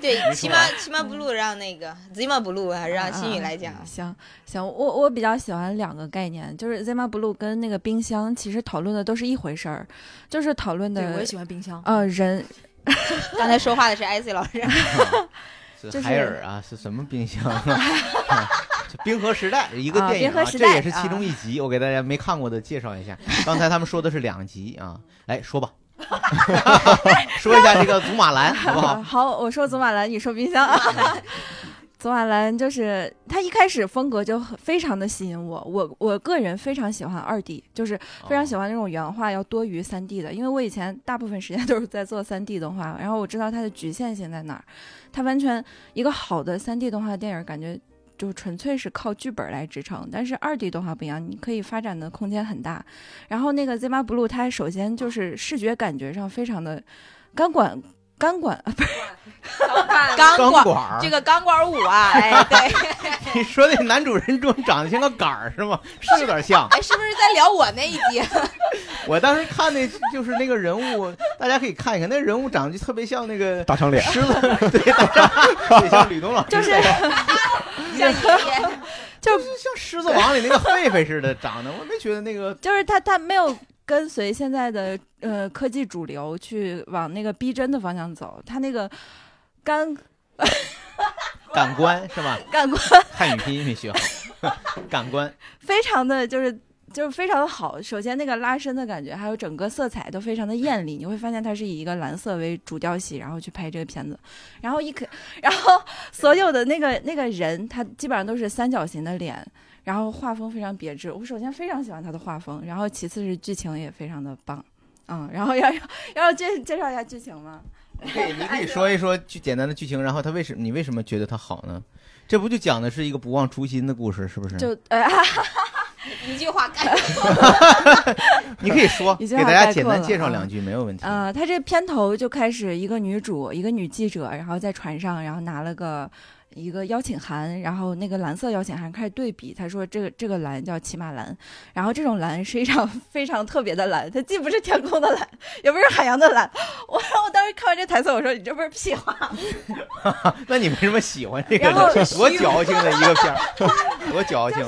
对，
说
起
吧
码起码 blue 让那个 Zima blue 还是让新宇来讲，
<laughs> 行行，我我比较喜欢两个概念，就是 Zima Blue 跟那个冰箱，其实讨论的都是一回事儿，就是讨论
对，我
的
也喜欢冰箱。
呃人
刚才说话的是 IC 老师， <laughs>
是
就是
海尔啊，是什么冰箱
<laughs>
啊？ <laughs> 就冰河时代一个
啊
电影、
冰河时
这
代
也是其中一集，我给大家没看过的介绍一下。刚才他们说的是两集啊，来说
<laughs>
吧，说一下这个祖马兰 <laughs> 好不好？
<laughs> 好，我说祖马兰，你说冰箱啊。 <laughs> 祖马兰就是他一开始风格就很非常的吸引我，我我个人非常喜欢二 D，就是非常喜
欢。
欢那种原画要多于三 D 的，因为我以前大部分时间都是在做三 D 动画，然后我知道它的局限性在哪儿。它完全一个好的三 D 动画电影，感觉就纯粹是靠剧本来支撑，但是二 D 动画不一样，你可以发展的空间很大。然后那个 Zima Blue，它首先就是视觉感觉上非常的钢管钢管 <laughs>
钢
啊钢
管。
管儿，
这个钢管舞 <laughs> 啊，哎，对，
<laughs> 你说那男主人中长得像个杆儿是吗？是有点像。
哎，是不是在聊我那一集？啊
我当时看那就是那个人物，大家可以看一看，那人物长得就特别像那个
大长脸，
狮子，对，大对，像吕东老师，
就是 <laughs>
像爷爷，
<laughs> 就是像《狮子王》里那个狒狒似的长得，我没觉得那个
就是它它没有跟随现在的呃科技主流去往那个逼真的方向走，它那个钢
感官是吧？
钢管。
汉语拼音没学好， <laughs> 感官
非常的就是就是非常的好。首先那个拉伸的感觉，还有整个色彩都非常的艳丽。你会发现它是以一个蓝色为主调系，然后去拍这个片子。然后一可，然后所有的那个那个人，他基本上都是三角形的脸。然后画风非常别致，我首先非常喜欢他的画风，然后其次是剧情也非常的棒，嗯，然后要要要介介绍一下剧情吗？
你可以你可以说一说剧简单的剧情，然后他为什么你为什么觉得他好呢？这不就讲的是一个不忘初心的故事，是不是？
就呃、
<laughs> 一句话 <laughs> 概括
<laughs>
你可以说，给
已经要
大家
概
简
括
单
了
介绍
啊
两句，没有问题。 <laughs>
呃，他这片头就开始一个女主，一个女记者，然后在船上，然后拿了个一个邀请函，然后那个蓝色邀请函开始对比，他说这个这个蓝叫骑马蓝，然后这种蓝是一场非常特别的蓝，它既不是天空的蓝， <laughs> 也不是海洋的蓝。 <laughs> 我我当时看完这台词，我说你这不是屁话。
那你为什么喜欢这个
然后
呢？多矫情的一个
<laughs>
片儿，多矫情！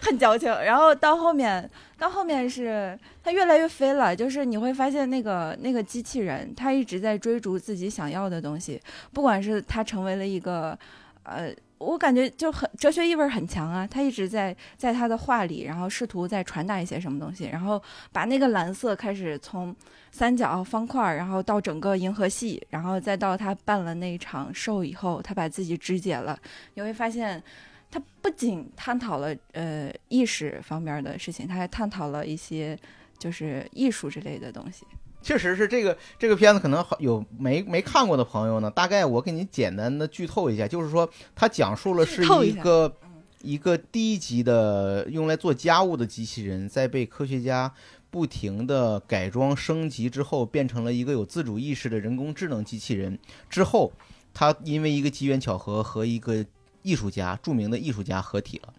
很矫情。然后到后面，到后面是它越来越飞了，就是你会发现那个那个机器人，它一直在追逐自己想要的东西，不管是它成为了一个，呃。我感觉就很哲学意味很强啊，它一直在在他的画里，然后试图在传达一些什么东西，然后把那个蓝色开始从三角、方块，然后到整个银河系，然后再到他办了那一场 show 以后，他把自己肢解了，你会发现他不仅探讨了呃意识方面的事情，他还探讨了一些就是艺术之类的东西。
确实是这个这个片子，可能好有没没看过的朋友呢，大概我给你简单的剧透一下，就是说它讲述了是
剧透
一
一下
个一个低级的用来做家务的机器人，在被科学家不停的改装升级之后，变成了一个有自主意识的人工智能机器人之后，它因为一个机缘巧合和一个艺术家，著名的艺术家合体了。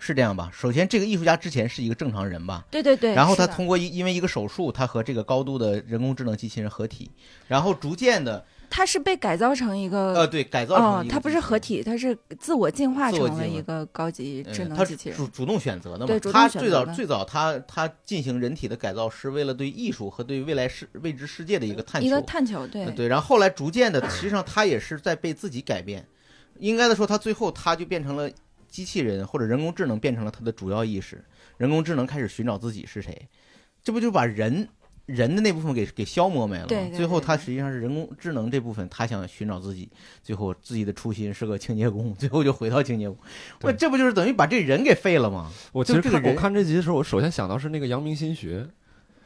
是这样吧？首先，这个艺术家之前是一个正常人吧，
对对对。
然后
是
他
的
通过一因为一个手术，他和这个高度的人工智能机器人合体，然后逐渐的
他是被改造成一个
呃，对，改造成
哦
一，个
它不
机
是
器
合
人，
体，它是自我进化
自
成
我
了
进化
一个高级
嗯
智能
它
机器人。
主主动选择的嘛
对。主动
他
选
最
择
早
的
最早他他进行人体的改造是为了对艺术和对未来世未知世界的一个探
一个
求。
探求，对
呃对，然后后来逐渐的，实际上他也是在被自己改变。应该的说，他最后他就变成了机器人或者人工智能，变成了他的主要意识。人工智能开始寻找自己是谁，这不就把人人的那部分给给消磨没了吗？
对对
最后
对
他
对
实际上是人工智能这部分，他想寻找自己，最后自己的初心是个清洁工， <laughs> 最后就回到清洁工。
对
我这不就是等于把这人给废了吗？
<laughs> 我其
就这
实
个
看我
人
看这集的时候，我首先想到是那个阳明心学，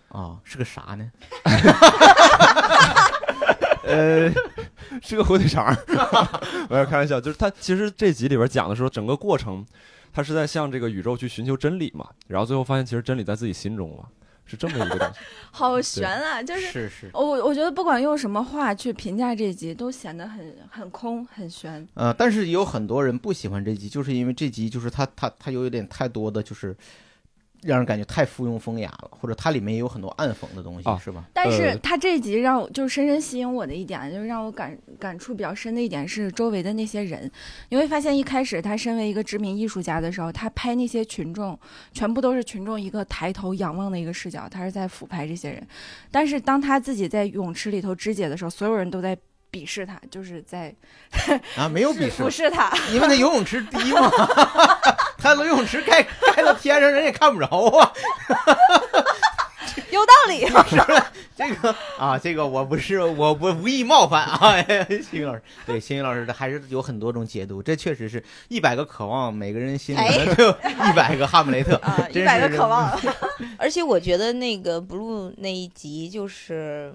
啊、是个啥呢？
呃，是个火腿肠儿， <laughs> 没有开玩笑，就是他其实这集里边讲的时候，整个过程他是在向这个宇宙去寻求真理嘛，然后最后发现其实真理在自己心中嘛，是这么一个东西。
<laughs>
好悬啊！就是
是是，
我我觉得不管用什么话去评价这集，都显得很很空很悬。
呃，但是也有很多人不喜欢这集，就是因为这集就是它它它有一点太多的就是让人感觉太附庸风雅了，或者它里面也有很多暗讽的东西，
啊
是吧？
但是
呃
他这一集让我就深深吸引我的一点，就是让我感感触比较深的一点是周围的那些人。你会发现，一开始他身为一个知名艺术家的时候，他拍那些群众，全部都是群众一个抬头仰望的一个视角，他是在俯拍这些人。但是当他自己在泳池里头肢解的时候，所有人都在鄙视他，就是在
啊，没有鄙视
俯，视他。
因为那游泳池低嘛， <laughs> 他游泳池盖盖到天上，人也看不着啊。
有道理。
这个啊，这个我不是我我无意冒犯啊， <laughs> 星宇老师，对星宇老师，他还是有很多种解读，这确实是一百个渴望，每个人心里
哎
都有一百个哈姆雷特，
啊，
真
一百
是
个渴望，
<laughs> 而且我觉得那个 Blue 那一集就是。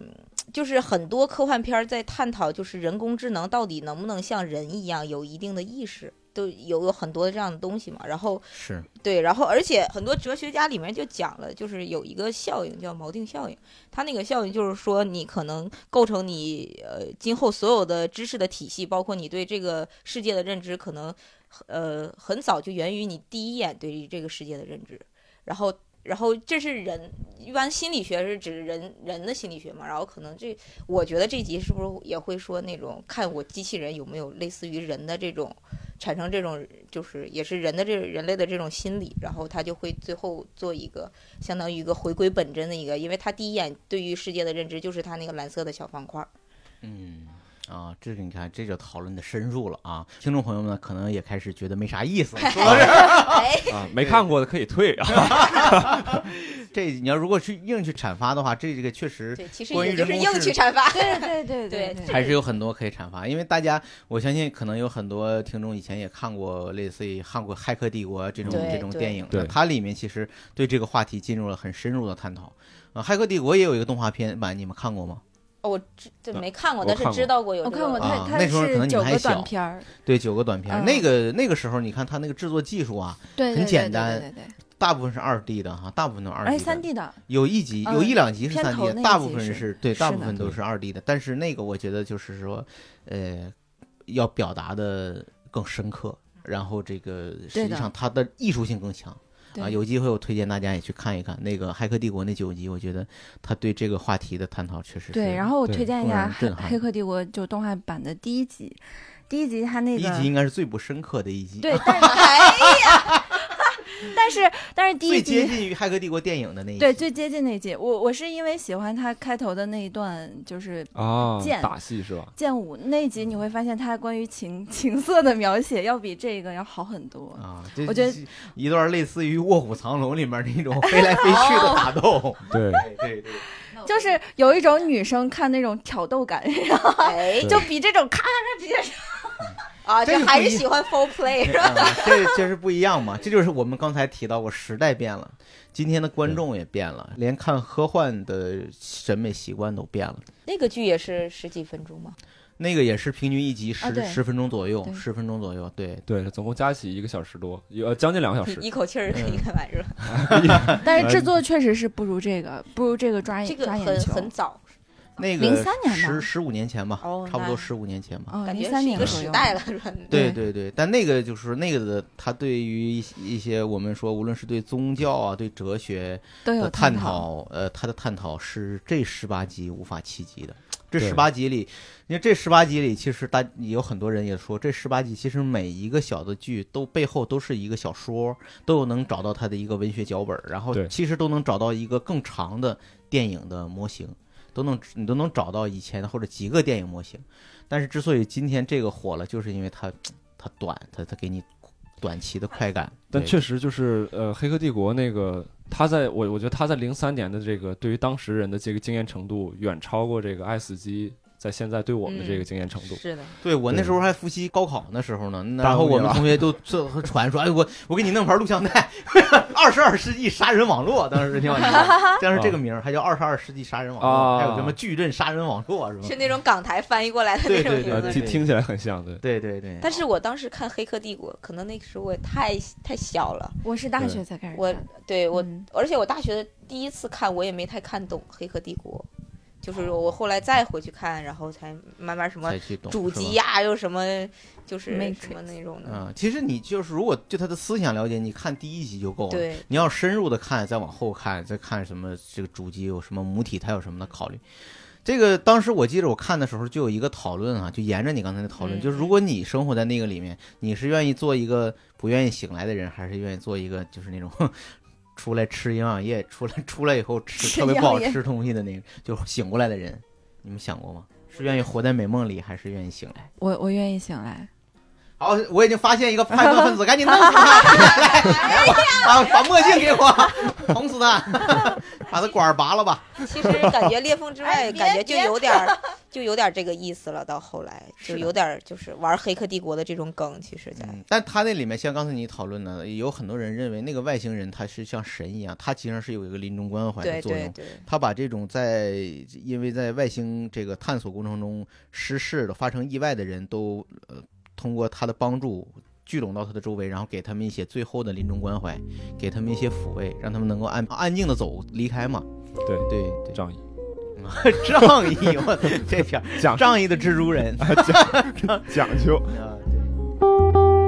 就是很多科幻片儿在探讨，就是人工智能到底能不能像人一样有一定的意识，都有有很多这样的东西嘛。然后
是
对，然后而且很多哲学家里面就讲了，就是有一个效应叫锚定效应，它那个效应就是说，你可能构成你呃今后所有的知识的体系，包括你对这个世界的认知，可能呃很早就源于你第一眼对于这个世界的认知，然后。然后这是人，一般心理学是指人人的心理学嘛，然后可能这，我觉得这集是不是也会说那种看我机器人有没有类似于人的这种产生这种就是也是人的这人类的这种心理，然后他就会最后做一个相当于一个回归本真的一个，因为他第一眼对于世界的认知就是他那个蓝色的小方块儿。
嗯，啊，这个你看，这就讨论的深入了啊！听众朋友们呢可能也开始觉得没啥意思了。说到这儿， <laughs>
哎，
啊，没看过的可以退啊。
这你要如果去硬去阐发的话，这这个确实
对，其实
关于
也就是
人工
硬
智
去阐 <laughs> 发。
<laughs> 对对对
对
对，
还是有很多可以阐发，因为大家我相信可能有很多听众以前也看过类似于《看过《骇客帝国》这种
对
这种
对
电影，
对
那它里面其实对这个话题进入了很深入的探讨。啊，《骇客帝国》也有一个动画片版，你们看过吗？
哦，我知这没看过，
我
但是
看
知
过
道过有
我
这个。
看过
啊
他，他
那时候可能
是
你
九
还
个
小
短片儿，
对，九个短片，
嗯
那个那个时候你看它那个制作技术啊，
对，
很
对
简
对对
单
对对对，
大部分是二 D 的哈，大部分都是二 D
而
的。
且哎三 D 的
有一集，
嗯
有一两集是
片
三 D，
头
的、
那一
大
集
部分
是
对，
是
大部
的
分都是二 D 的。但是那个我觉得就是说，呃，要表达的更深刻，然后这个实
对
际
的
上它的艺术性更强。啊，
对
有机会我推荐大家也去看一看那个《骇客帝国》那九集，我觉得他对这个话题的探讨确实是
对，然后我
对
推荐一
更让人
下黑
震
《
撼
黑客帝国》就动画版的第一集，第一集它那
第
个
一集应该是最不深刻的一集，
对，
<laughs>
但是哎 <laughs> 但是但是第一
最接
集
近于《骇客帝国》电影的那一
对
集
最接近那一集，我我是因为喜欢它开头的那一段，就是
<laughs>
啊
见
打戏是吧？
剑舞那一集，你会发现它关于情情色的描写要比这个要好很多。
啊，这
我觉得
这一段类似于《卧虎藏龙》里面那
<laughs>
种飞来飞去的打斗，
对，
哦对对对。
就是有一种女生看那种挑逗感， <laughs> 然后
哎，
对
就比这种咔咔咔直接上
啊，
这
就
个
还
不
是
一
喜欢 full play
<laughs>
是吧？
啊，这这是不一样嘛，这就是我们刚才提到过，时代变了，今天的观众也变了，连看科幻的审美习惯都变了。
那个剧也是十几分钟嘛。
那个也是平均一集
啊
十
对
十分钟左右
对，
十分钟左右，对，
对，总共加起一个小时多，呃，将近两
啊
个小时。
<laughs> 一口
嗯
气儿可以看完是吧？
但是制作确实是不如这个，不如这个抓眼
这个
哎抓
很
眼球。
很早，
那个
03年哦吧
十十五年前吧，
哦
差不
那
多十五年前吧。
嗯，
感
零
觉
三
是一
年
个
左
时
右
代了是吧？
对
对
对对，但那个就是那个的，它对于一些一些我们说，无论是对宗教啊，对哲学
都有
的探
讨。
讨，呃，它的探讨是这十八集无法企及的。这
对
十八集里，因为这十八集里，其实大有很多人也说，这十八集其实每一个小的剧都背后都是一个小说，都有能找到它的一个文学脚本，然后
对
其实都能找到一个更长的电影的模型，都能你都能找到以前或者几个电影模型。但是之所以今天这个火了，就是因为它它短，它它给你短期的快感。
但
对
确实就是呃，《黑客帝国》那个，他在我我觉得他在零三年的这个对于当时人的这个经验程度，远超过这个《爱死机》在现在对我们的这个经验程度。
嗯是的，
对我那
对
时候还复习高考那时候呢，那
耽
然后
误你
我们
了
同学都这传说，哎，我我给你弄盘录像带， <laughs> 二十二世纪杀人网络，当时挺好听
<laughs>
的，当时这
哦
个名儿还叫二十二世纪杀人网络，
啊
还有什么矩阵杀人网络什么
是，那种港台翻译过来的那种
对对
呃
名，
对
字。
听听起来很像，对。
对对对，
但是我当时看《黑客帝国》，可能那个时候我也太太小了，
我是大
对
学才开始看，
我对我
嗯
而且我大学第一次看，我也没太看懂《黑客帝国》，就是我后来再回去看，然后才慢慢什么
哦才去懂
主
是吧
机呀、又什么就是什
Matrix
么那种的，
嗯，其实你就是如果对他的思想了解，你看第一集就够了。
对，
你要深入的看，再往后看，再看什么这个主机有什么母体，它有什么的考虑。这个当时我记得我看的时候就有一个讨论啊，就沿着你刚才的讨论，
嗯
就是如果你生活在那个里面，你是愿意做一个不愿意醒来的人，还是愿意做一个就是那种 <laughs> 出来吃营养液，出来出来以后吃
吃
特别不好
营养液
吃东西的那个，就是醒过来的人？你们想过吗？是愿意活在美梦里，还是愿意醒来？
我我愿意醒来。
好，我已经发现一个叛乱分子，赶紧弄死
<laughs>
他！来，
哎
来把把墨镜给我， <laughs> 捅死他， <laughs> 把他管儿拔了吧。
其实感觉《裂缝之外
哎》别
感觉就有点儿，就有点儿这个意思了。到后来
是
就
的
有点儿就是玩《黑客帝国》的这种梗，其实在，
嗯，但他那里面像刚才你讨论的，有很多人认为那个外星人他是像神一样，他其实是有一个临终关怀的
对
作
对
用。
对，
他把这种在因为在外星这个探索过程中失事的、发生意外的人都呃，通过他的帮助聚拢到他的周围，然后给他们一些最后的临终关怀，给他们一些抚慰，让他们能够安安静的走离开嘛。
对
对对，
仗义，
<laughs> 仗义，我这片儿
<laughs> 讲
仗义的蜘蛛人啊，
讲究，
对。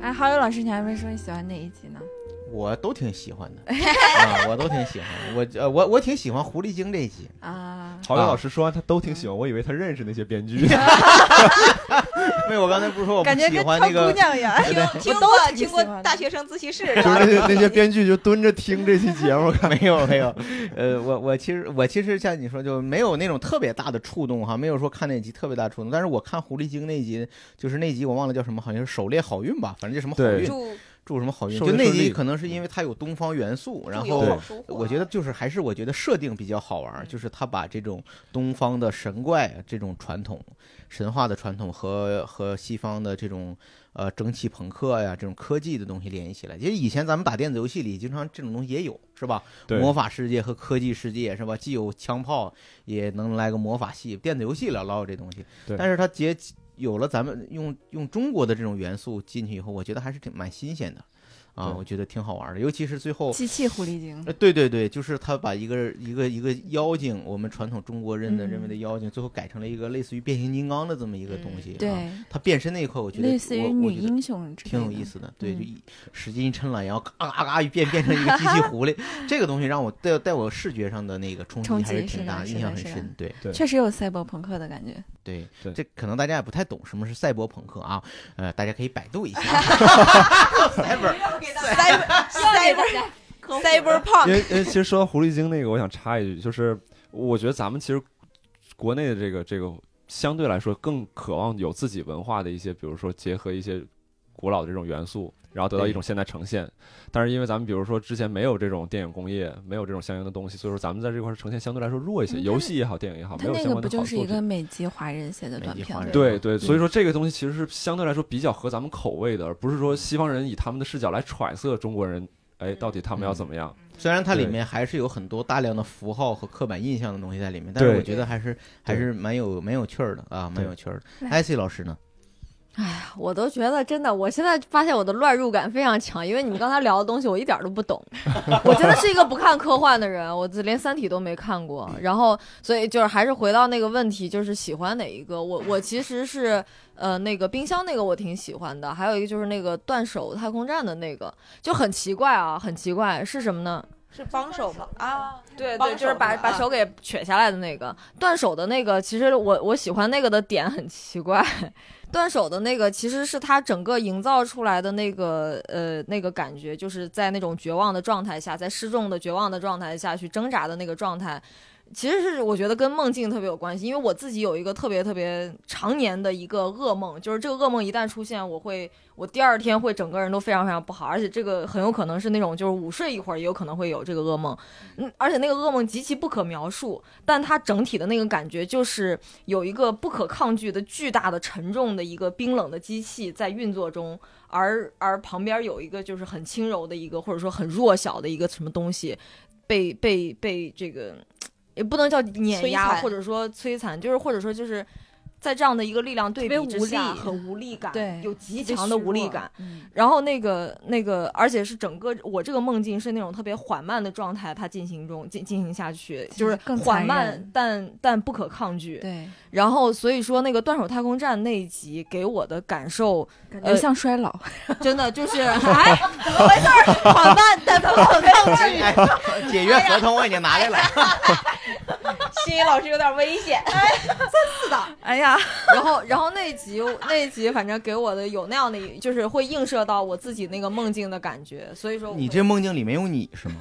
哎，郝宇老师，你还没说你喜欢哪一集呢？
我都挺喜欢的，啊，我都挺喜欢的，我呃，我我挺喜欢狐狸精这一集，
啊，
曹勇老师说完他都挺喜欢，我以为他认识那些编剧。
因为我刚才不是说我不
感觉
喜
跟
欢
唱
那
姑
个
娘
<laughs>
一样。
听听
我
过
都挺
听过
喜欢的
大学生自习室，
就是 <laughs> 那些那些编剧就蹲着听这期节目，
没有没有，呃，我我其实我其实像你说，就没有那种特别大的触动哈，没有说看那集特别大触动。但是我看狐狸精那集，就是那集我忘了叫什么，好像是狩猎好运吧，反正就什么好
对
运，
祝
祝什么好运。
狩
就
猎
那
顺
集
利
可能是因为它有东方元素，然
祝
后
有好啊收获。
我觉得就是还是我觉得设定比较好玩儿，
嗯
就是他把这种东方的神怪这种传统、神话的传统和和西方的这种呃蒸汽朋克呀这种科技的东西联系起来。其实以前咱们打电子游戏里经常这种东西也有，是吧？
<laughs> 对
魔法世界和科技世界是吧？既有枪炮，也能来个魔法系，电子游戏了老有这东西。
对
但是它结有了咱们用用中国的这种元素进去以后，我觉得还是挺蛮新鲜的。啊，
对
我觉得挺好玩的，尤其是最后。
啊机器狐狸精，
呃，对对对，就是他把一个一个一个妖精，我们传统中国人的认为
嗯
的妖精，最后改成了一个类似于变形金刚的这么一个东西。啊，
对，
他变身那一刻，我觉得
类似于
我
女
我觉得
英雄之类
挺有意
的。
思的，对，就
嗯
一使劲一抻了，然后嘎嘎嘎一变变成一个机
<laughs>
器狐狸，这个东西让我带带我视觉上的那个冲击
冲
还是
击是
挺
的
大，
是
印
的
象很
是的
深。对
对
确实有赛博朋克的感觉，
对
对
这可能大家也不太懂什么是赛博朋克啊，呃，大家可以百度一下。赛博
，cyber cyber punk，
因为因为其实说到狐狸精那个，我想插一句，就是我觉得咱们其实国内的这个这个相对来说更渴望有自己文化的一些，比如说结合一些古老的这种元素，然后得到
对
一种现代呈现。但是因为咱们比如说之前没有这种电影工业，没有这种相应的东西，所以说咱们在这块儿呈现相对来说弱一些。
嗯
游戏也好，电影也
啊
好，没
他
有
那
相
个
关
不
的好
就
的
是
作
一
品
个。美籍华人写的
美
短
籍
片
华
吗？
人
对
对
对，所以说这个东西其实是相对来说比较合咱们口味的，而不是说西方人以他们的视角来揣测中国人，哎，到底他
嗯
们要怎么样？
虽然它里
对
面还是有很多大量的符号和刻板印象的东西在里面，但是我
对
觉得还是还是蛮有蛮有趣儿的啊，蛮
对
有趣儿的。
来
艾希老师呢？
我都觉得真的，我现在发现我的乱入感非常强，因为你们刚才聊的东西我一点儿都
<laughs>
不懂。我真的是一个不看科幻的人，我自连《三体》都没看过。然后，所以就是还是回到那个问题，就是喜欢哪一个？我我其实是呃那个冰箱那个我挺喜欢的，还有一个就是那个断手太空站的那个，就很奇怪啊，很奇怪是什么呢？
是帮手吗？啊，
对
帮
对，就是
手
把
的
把
啊
手给取下来的那个断手的那个，其实我我喜欢那个的点很奇怪，断手的那个其实是他整个营造出来的那个呃那个感觉，就是在那种绝望的状态下，在失重的绝望的状态下去挣扎的那个状态。其实是我觉得跟梦境特别有关系，因为我自己有一个特别特别常年的一个噩梦，就是这个噩梦一旦出现，我会我第二天会整个人都非常非常不好，而且这个很有可能是那种就是午睡一会儿也有可能会有这个噩梦，嗯，而且那个噩梦极其不可描述，但它整体的那个感觉就是有一个不可抗拒的巨大的沉重的一个冰冷的机器在运作中，而而旁边有一个就是很轻柔的一个或者说很弱小的一个什么东西，被被被这个也不能叫碾
摧
压，
残
或者说摧残，就是或者说就是在这样的一个力量对
特别
比之
无
下，
力
很无力感，
对
有极强的无力感。
嗯，
然后那个那个，而且是整个我这个梦境是那种特别缓慢的状态，它进行中进进行下去，
其
就是
实更
缓
残
慢
忍
但但不可抗拒。
对，
然后所以说那个断手太空站那一集给我的感受，
感
呃
觉像衰老。
真的就是哎，怎么回事儿？缓慢但不可抗拒。
<laughs> 哎解约合同我已经拿来了。
心理老师有点危 <laughs> 险。
哎呀，
然后然后那一集那一集反正给我的有那样的一，就是会映射到我自己那个梦境的感觉。所以说
<laughs>
我
你这梦境里没有你是吗？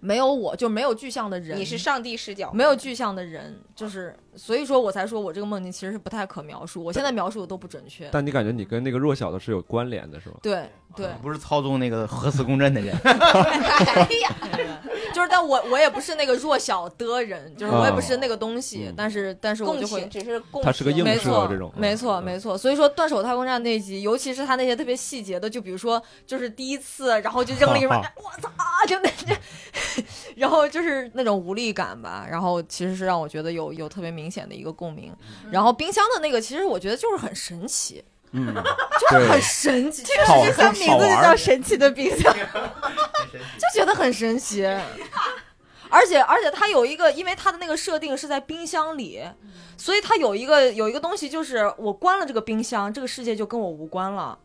没有我就没有具象的人，
你是上帝视角，
没有具象的人，就是所以说我才说我这个梦境其实是不太可描述，我现在描述的都不准确。
但你感觉你跟那个弱小的是有关联的，是吗？
对对，
不是操纵那个核磁共振的人。 <laughs> 啊
哎呀，
就是但我我也不是那个弱小的人，就是我也不是那个东西，
啊嗯
但是但是我
共
就
情
会。
只是共情，
它是个映
没
射
错
这种，嗯
没错，
嗯，
没错。所以说，《断手太空站》那一集，尤其是他那些特别细节的，就比如说，就是第一次，然后就扔了一个
<laughs>
我操，就 <laughs> 那那，然后就是那种无力感吧。然后其实是让我觉得有有特别明显的一个共鸣。然后冰箱的那个，其实我觉得就是很神奇，
嗯，
就是很神奇，就是
好
这个名字就叫神奇的冰
<laughs>
箱，
就觉得很神奇。而且而且它有一个，因为它的那个设定是在冰箱里，所以它有一个有一个东西，就是我关了这个冰箱，这个世界就跟我无关了。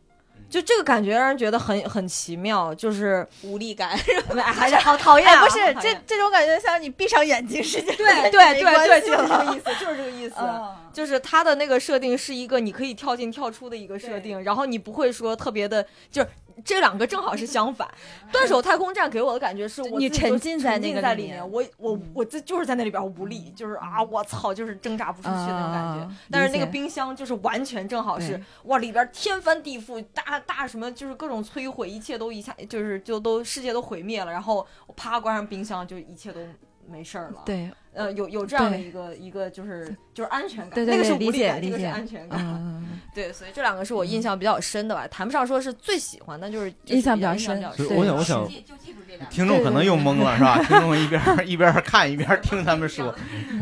就这个感觉让人觉得很很奇妙，就是
无力感。
<laughs> 哎还是好讨厌、
哎，
啊，
<laughs>
不是
好讨厌
这这种感觉，像你闭上眼睛世界
对对
没关
对对，
系
就是这
了
个意思，就是这个意思。
嗯
就是它的那个设定是一个你可以跳进跳出的一个设定，然后你不会说特别的，就是这两个正好是
<laughs>
相反。断手太空站给我的感觉是我
你
自己就
沉浸在那
沉
个
浸在
里
里面，
面嗯
我我我这就是在那里边无力，就是啊，我操，就是挣扎不出去那种感觉。
啊
但是
理
那
解
个冰箱就是完全正好是
对
哇，里边天翻地覆，大大什么就是各种摧毁，一切都一下就是就都世界都毁灭了，然后我啪关上冰箱，就一切都没事儿了。
对，
呃，有有这样的
对
一个一个就是就是安全感，
对对
那个
对
是
理
无力
解
感，
理
这个是
解
安全感。 <laughs>
嗯，
对，所以这两个是我印象比较深的吧，谈不上说是最喜欢，但就是就是
印象比较
印象
深
比较
所
深
以。
对
我想，我想，
就记住这两
听众可能又 <laughs> 嗯
嗯
懵了，是吧？听众一边一边看一边听他们说，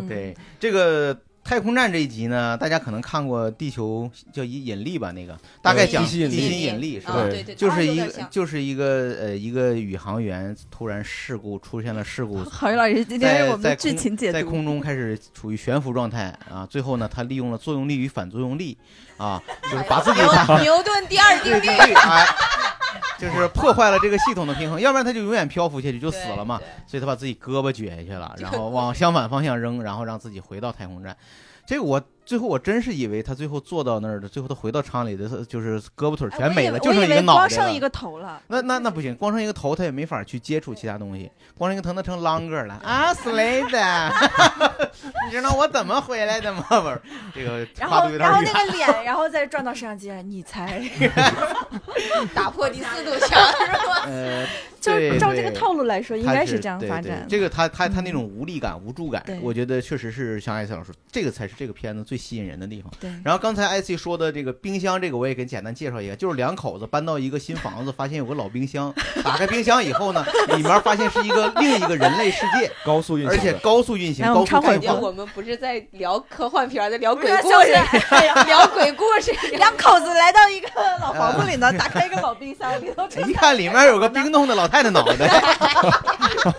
对这个。太空站这一集呢，大家可能看过《地球叫引引力》吧？那个大概讲
地心引力
地心引力是
啊
吧？
对对，
就是
啊有
一
点
个
像
就是一个呃一个宇航员突然事故出现了事
<laughs>
故，
郝宇老师今天
在
是我们
在
的剧情解
在
读，
空中开始处于悬浮状态啊，最后呢，他利用了作用力与反作用力啊，就是把
<laughs> 哎
自己打
牛牛顿第二定
对
律
对对，哎，就是破坏了这个系统的平衡，要不然他就永远漂浮下去 <laughs> 就死了嘛。。所以他把自己胳膊撅下去了，然后往相反方向扔，然后让自己回到太空站。这个我最后我真是以为他最后坐到那儿的，最后他回到舱里的，就是胳膊腿儿全没了，就
哎我
剩
以
一个
为
脑
光
袋
剩一
了。
个
<laughs>
头了。
那那那不行，光剩一个头，他也没法去接触其他东西，光剩一个头那成 longer 了啊，Slade，你 <laughs> 知道我怎么回来的吗？不是，这个
然
跨
后，
度有点
然后
远 <laughs>
那个脸，然后再转到摄像机，你猜，
对对打破第四堵墙是
<laughs>
吧？
呃，
就是
对
照这
对
个套路来说，应
他
该
是
这样
对
发
对
展。嗯
这个他他他那种无力感、无助感
对，
我觉得确实是像艾斯老师，这个才是这个片子最吸引人的地方。
对
然后刚才艾斯说的这个冰箱，这个我也给简单介绍一下，就是两口子搬到一个新房子，发现有个老冰箱，打开冰箱以后呢，里面发现是一个另一个人类世界，
高速运行
而
的，
且高速运行、
来
高
我们
速
忏悔
概
感觉
况。
我们不是在聊科幻片儿，在聊鬼
不是
故
像
事
是，哎
聊鬼故
<laughs>
事，
两口子来到一个老房子里呢，打开一个老冰箱，里头
<laughs>
正
一看里面有个冰冻的老太太脑 <laughs> 袋，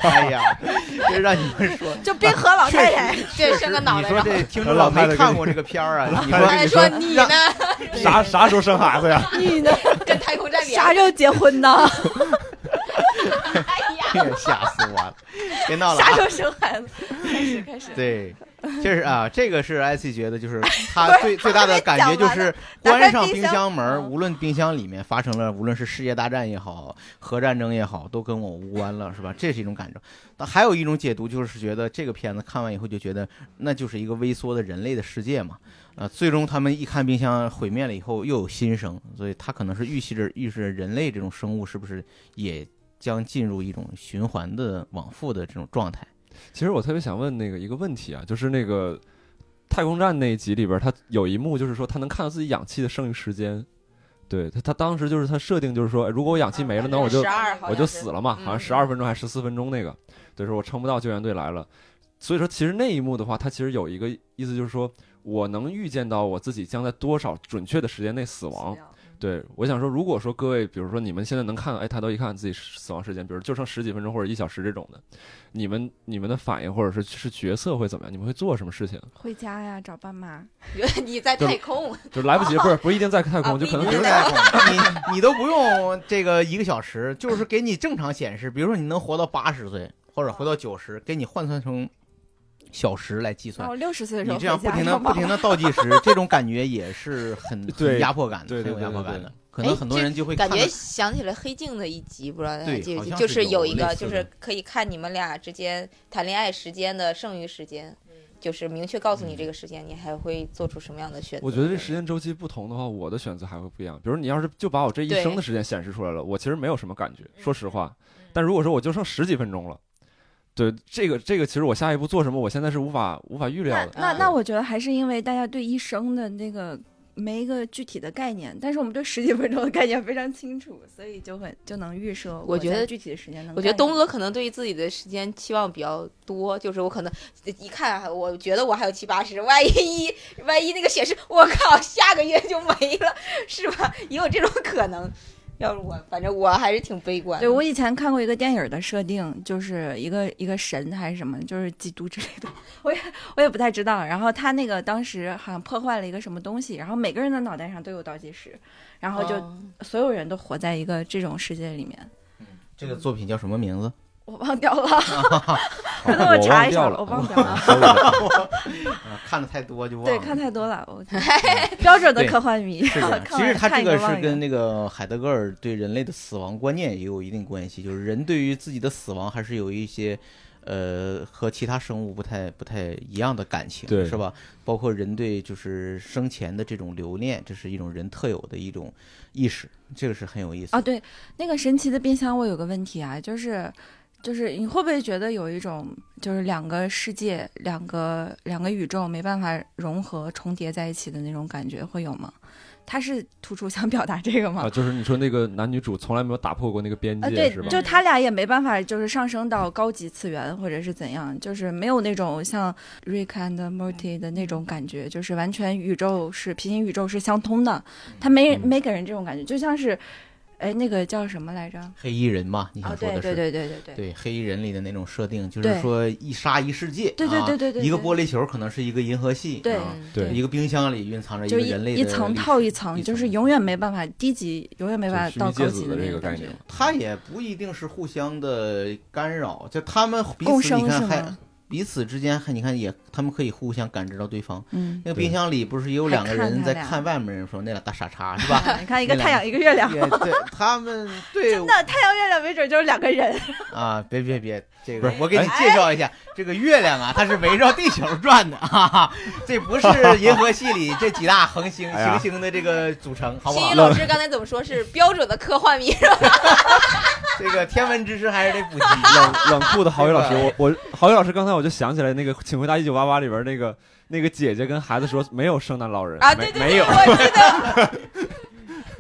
哎呀，这让你们说，
就冰河老
<laughs>
太太， <laughs>
对，伸个脑袋
你说
上。
这听众老没看过这个片儿啊，你说
还说
<laughs>
你呢，
啥啥时候生孩子呀？
你呢？
跟太
<laughs>
空站连
啥时候结婚呢？
哎呀，
吓死我了！ <laughs> 别闹了、
啥时
啊。
候生孩子？开始开始，
对，确实啊，这个是 IC 觉得就是他最最大的感觉就是
打
关
开
上冰
冰
箱
箱
门儿，
嗯
无论冰箱里面发生了，无论是世界大战也好，核战争也好，都跟我无关了，是吧？这是一种感受。那还有一种解读就是觉得这个片子看完以后就觉得那就是一个微缩的人类的世界嘛。呃，最终他们一看冰箱毁灭了以后，又有新生，所以他可能是预示着预示着人类这种生物是不是也将进入一种循环的往复的这种状态。
<laughs> 其实我特别想问那个一个问题啊，就是那个太空站那一集里边儿，他有一幕就是说他能看到自己氧气的剩余时间。对他，他当时就是他设定就是说，哎如果我氧气没了，那我就
十二号
我就死了嘛，
嗯
好像十二分钟还是十四分钟那个，对，说我撑不到救援队来了。所以说，其实那一幕的话，它其实有一个意思，就是说我能预见到我自己将在多少准确的时间内死亡。对，我想说，如果说各位，比如说你们现在能看到，哎，抬头一看自己死亡时间，比如就剩十几分钟或者一小时这种的，你们你们的反应或者是是角色会怎么样？你们会做什么事情？
回家呀，找爸妈。
<laughs> 你在太空，
就是来不
<laughs>
及，不是不一定在太空，
啊
就 <laughs> 可能
不
比
一
如
定
说
在
<laughs> 你你都不用这个一个小时，就是给你正常显示，比如说你能活到八十岁或者活到九十，给你换算成小时来计
然
算
后。六十岁的时
你
候
这样不
回家
停的
找
不
爸
停
妈。
的倒计时，这种感觉也是很很
对
压迫感的，
对
很
对
有压
对
迫
对
感
对
的。可能
哎
很多
这
人就会
感
看
觉
到
想起了黑镜的一集，不知道大家
对
记不记
好像
得？
是
就是
有
一个，
类似
就
的
是可以看你们俩之间谈恋爱时间的剩余时间，就是明确告诉
嗯
你这个时间，你还会做出什么样的选择？
我觉得这时间周期不同的话，我的选择还会不一样。比如你要是就把我这一
对
生的时间显示出来了，我其实没有什么感觉，
嗯
说实话。但如果说我就剩十几分钟了，对这个这个，其实我下一步做什么，我现在是无法无法预料
那
的。
那
嗯
那，我觉得还是因为大家对一生的那个没一个具体的概念，但是我们对十几分钟的概念非常清楚，所以就很就能预设。
我觉
在
得
具体的时间能干什么，
我觉得东哥可能对于自己的时间期望比较多，就是我可能一看啊，我觉得我还有七八十，万一万一那个显示，我靠，下个月就没了，是吧？也有这种可能。要是我，反正我还是挺悲观的。嗯
对我以前看过一个电影的设定，就是一个一个神还是什么，就是基督之类的， <laughs> 我也我也不太知道。然后他那个当时好像破坏了一个什么东西，然后每个人的脑袋上都有倒计时，然后就
嗯
所有人都活在一个这种世界里面。
这个作品叫什么名字？
我忘掉
<laughs>
了， <laughs> 可能
我
查一
掉
下，
了
我，忘
<laughs>
掉了。 <laughs>
啊看的太多就忘了。
对，看太多了，我标准的
对
科幻迷。
是这
<laughs>
样其
看
实
完
他
看
这
一
个
忘
是
一
跟那个海德格尔对人类的死亡观念也有一定关系，就是人对于自己的死亡还是有一些，呃，和其他生物不太不太一样的感情，
对
是吧？包括人对就是生前的这种留恋，这是一种人特有的一种意识，这个是很有意思
啊，
的。
对，那个神奇的冰箱，我有个问题啊，就是就是你会不会觉得有一种就是两个世界、两个两个宇宙没办法融合重叠在一起的那种感觉会有吗？他是突出想表达这个吗？
啊，就是你说那个男女主从来没有打破过那个边
啊，
界，
对
是吧，？
就他俩也没办法，就是上升到高级次元或者是怎样，就是没有那种像 Rick and Morty 的那种感觉，就是完全宇宙是平行宇宙是相通的，他没
嗯
没给人这种感觉，就像是，哎，那个叫什么来着？
黑衣人嘛，你
啊，
想说
对
的
对
是。
对对对对。
对黑衣人里的那种设定，就
对
是说一沙一世界，
对对
啊
对对对
一个
对
玻璃球可能是一个银河系，
对
啊
对
一个冰箱里蕴藏着一
就
个
一
人类的
一层
历史
套一层，
一
就
层
是永远没办法低级，永远没
就
办
须
法到
弥
高
芥
级
子的
那
这
种
个概
觉
念。，
它也不一定是互相的干扰，就他们彼
共
此，你
生是
看还
吗？
彼此之间还你看也，他们可以互相感知到对方。
嗯，
那个
对
冰箱里不是也有
还
两个
看
人
他
在
俩
看外面人说那俩大傻叉是
<laughs>
吧？
你看一
那
个
两
太阳，一个月亮，
也对，他们对
真的太阳月亮没准就是两个人。
啊，别别别，这
不
个
是
我给你介绍一
哎
下，这个月亮啊，它是围绕地球转的，啊哈哈，这不是银河系里这几大恒星
哎呀
行星的这个组成，好不
新
好
宇？老师刚才怎么说？是标准的科幻迷，
这个天文知识还是得补齐。
冷嗯冷酷的郝宇老师，我我郝宇老师刚才我就想起来那个《请回答一九八八》里边那个那个姐姐跟孩子说没有圣诞老人
啊
没
对对
没有，
<laughs>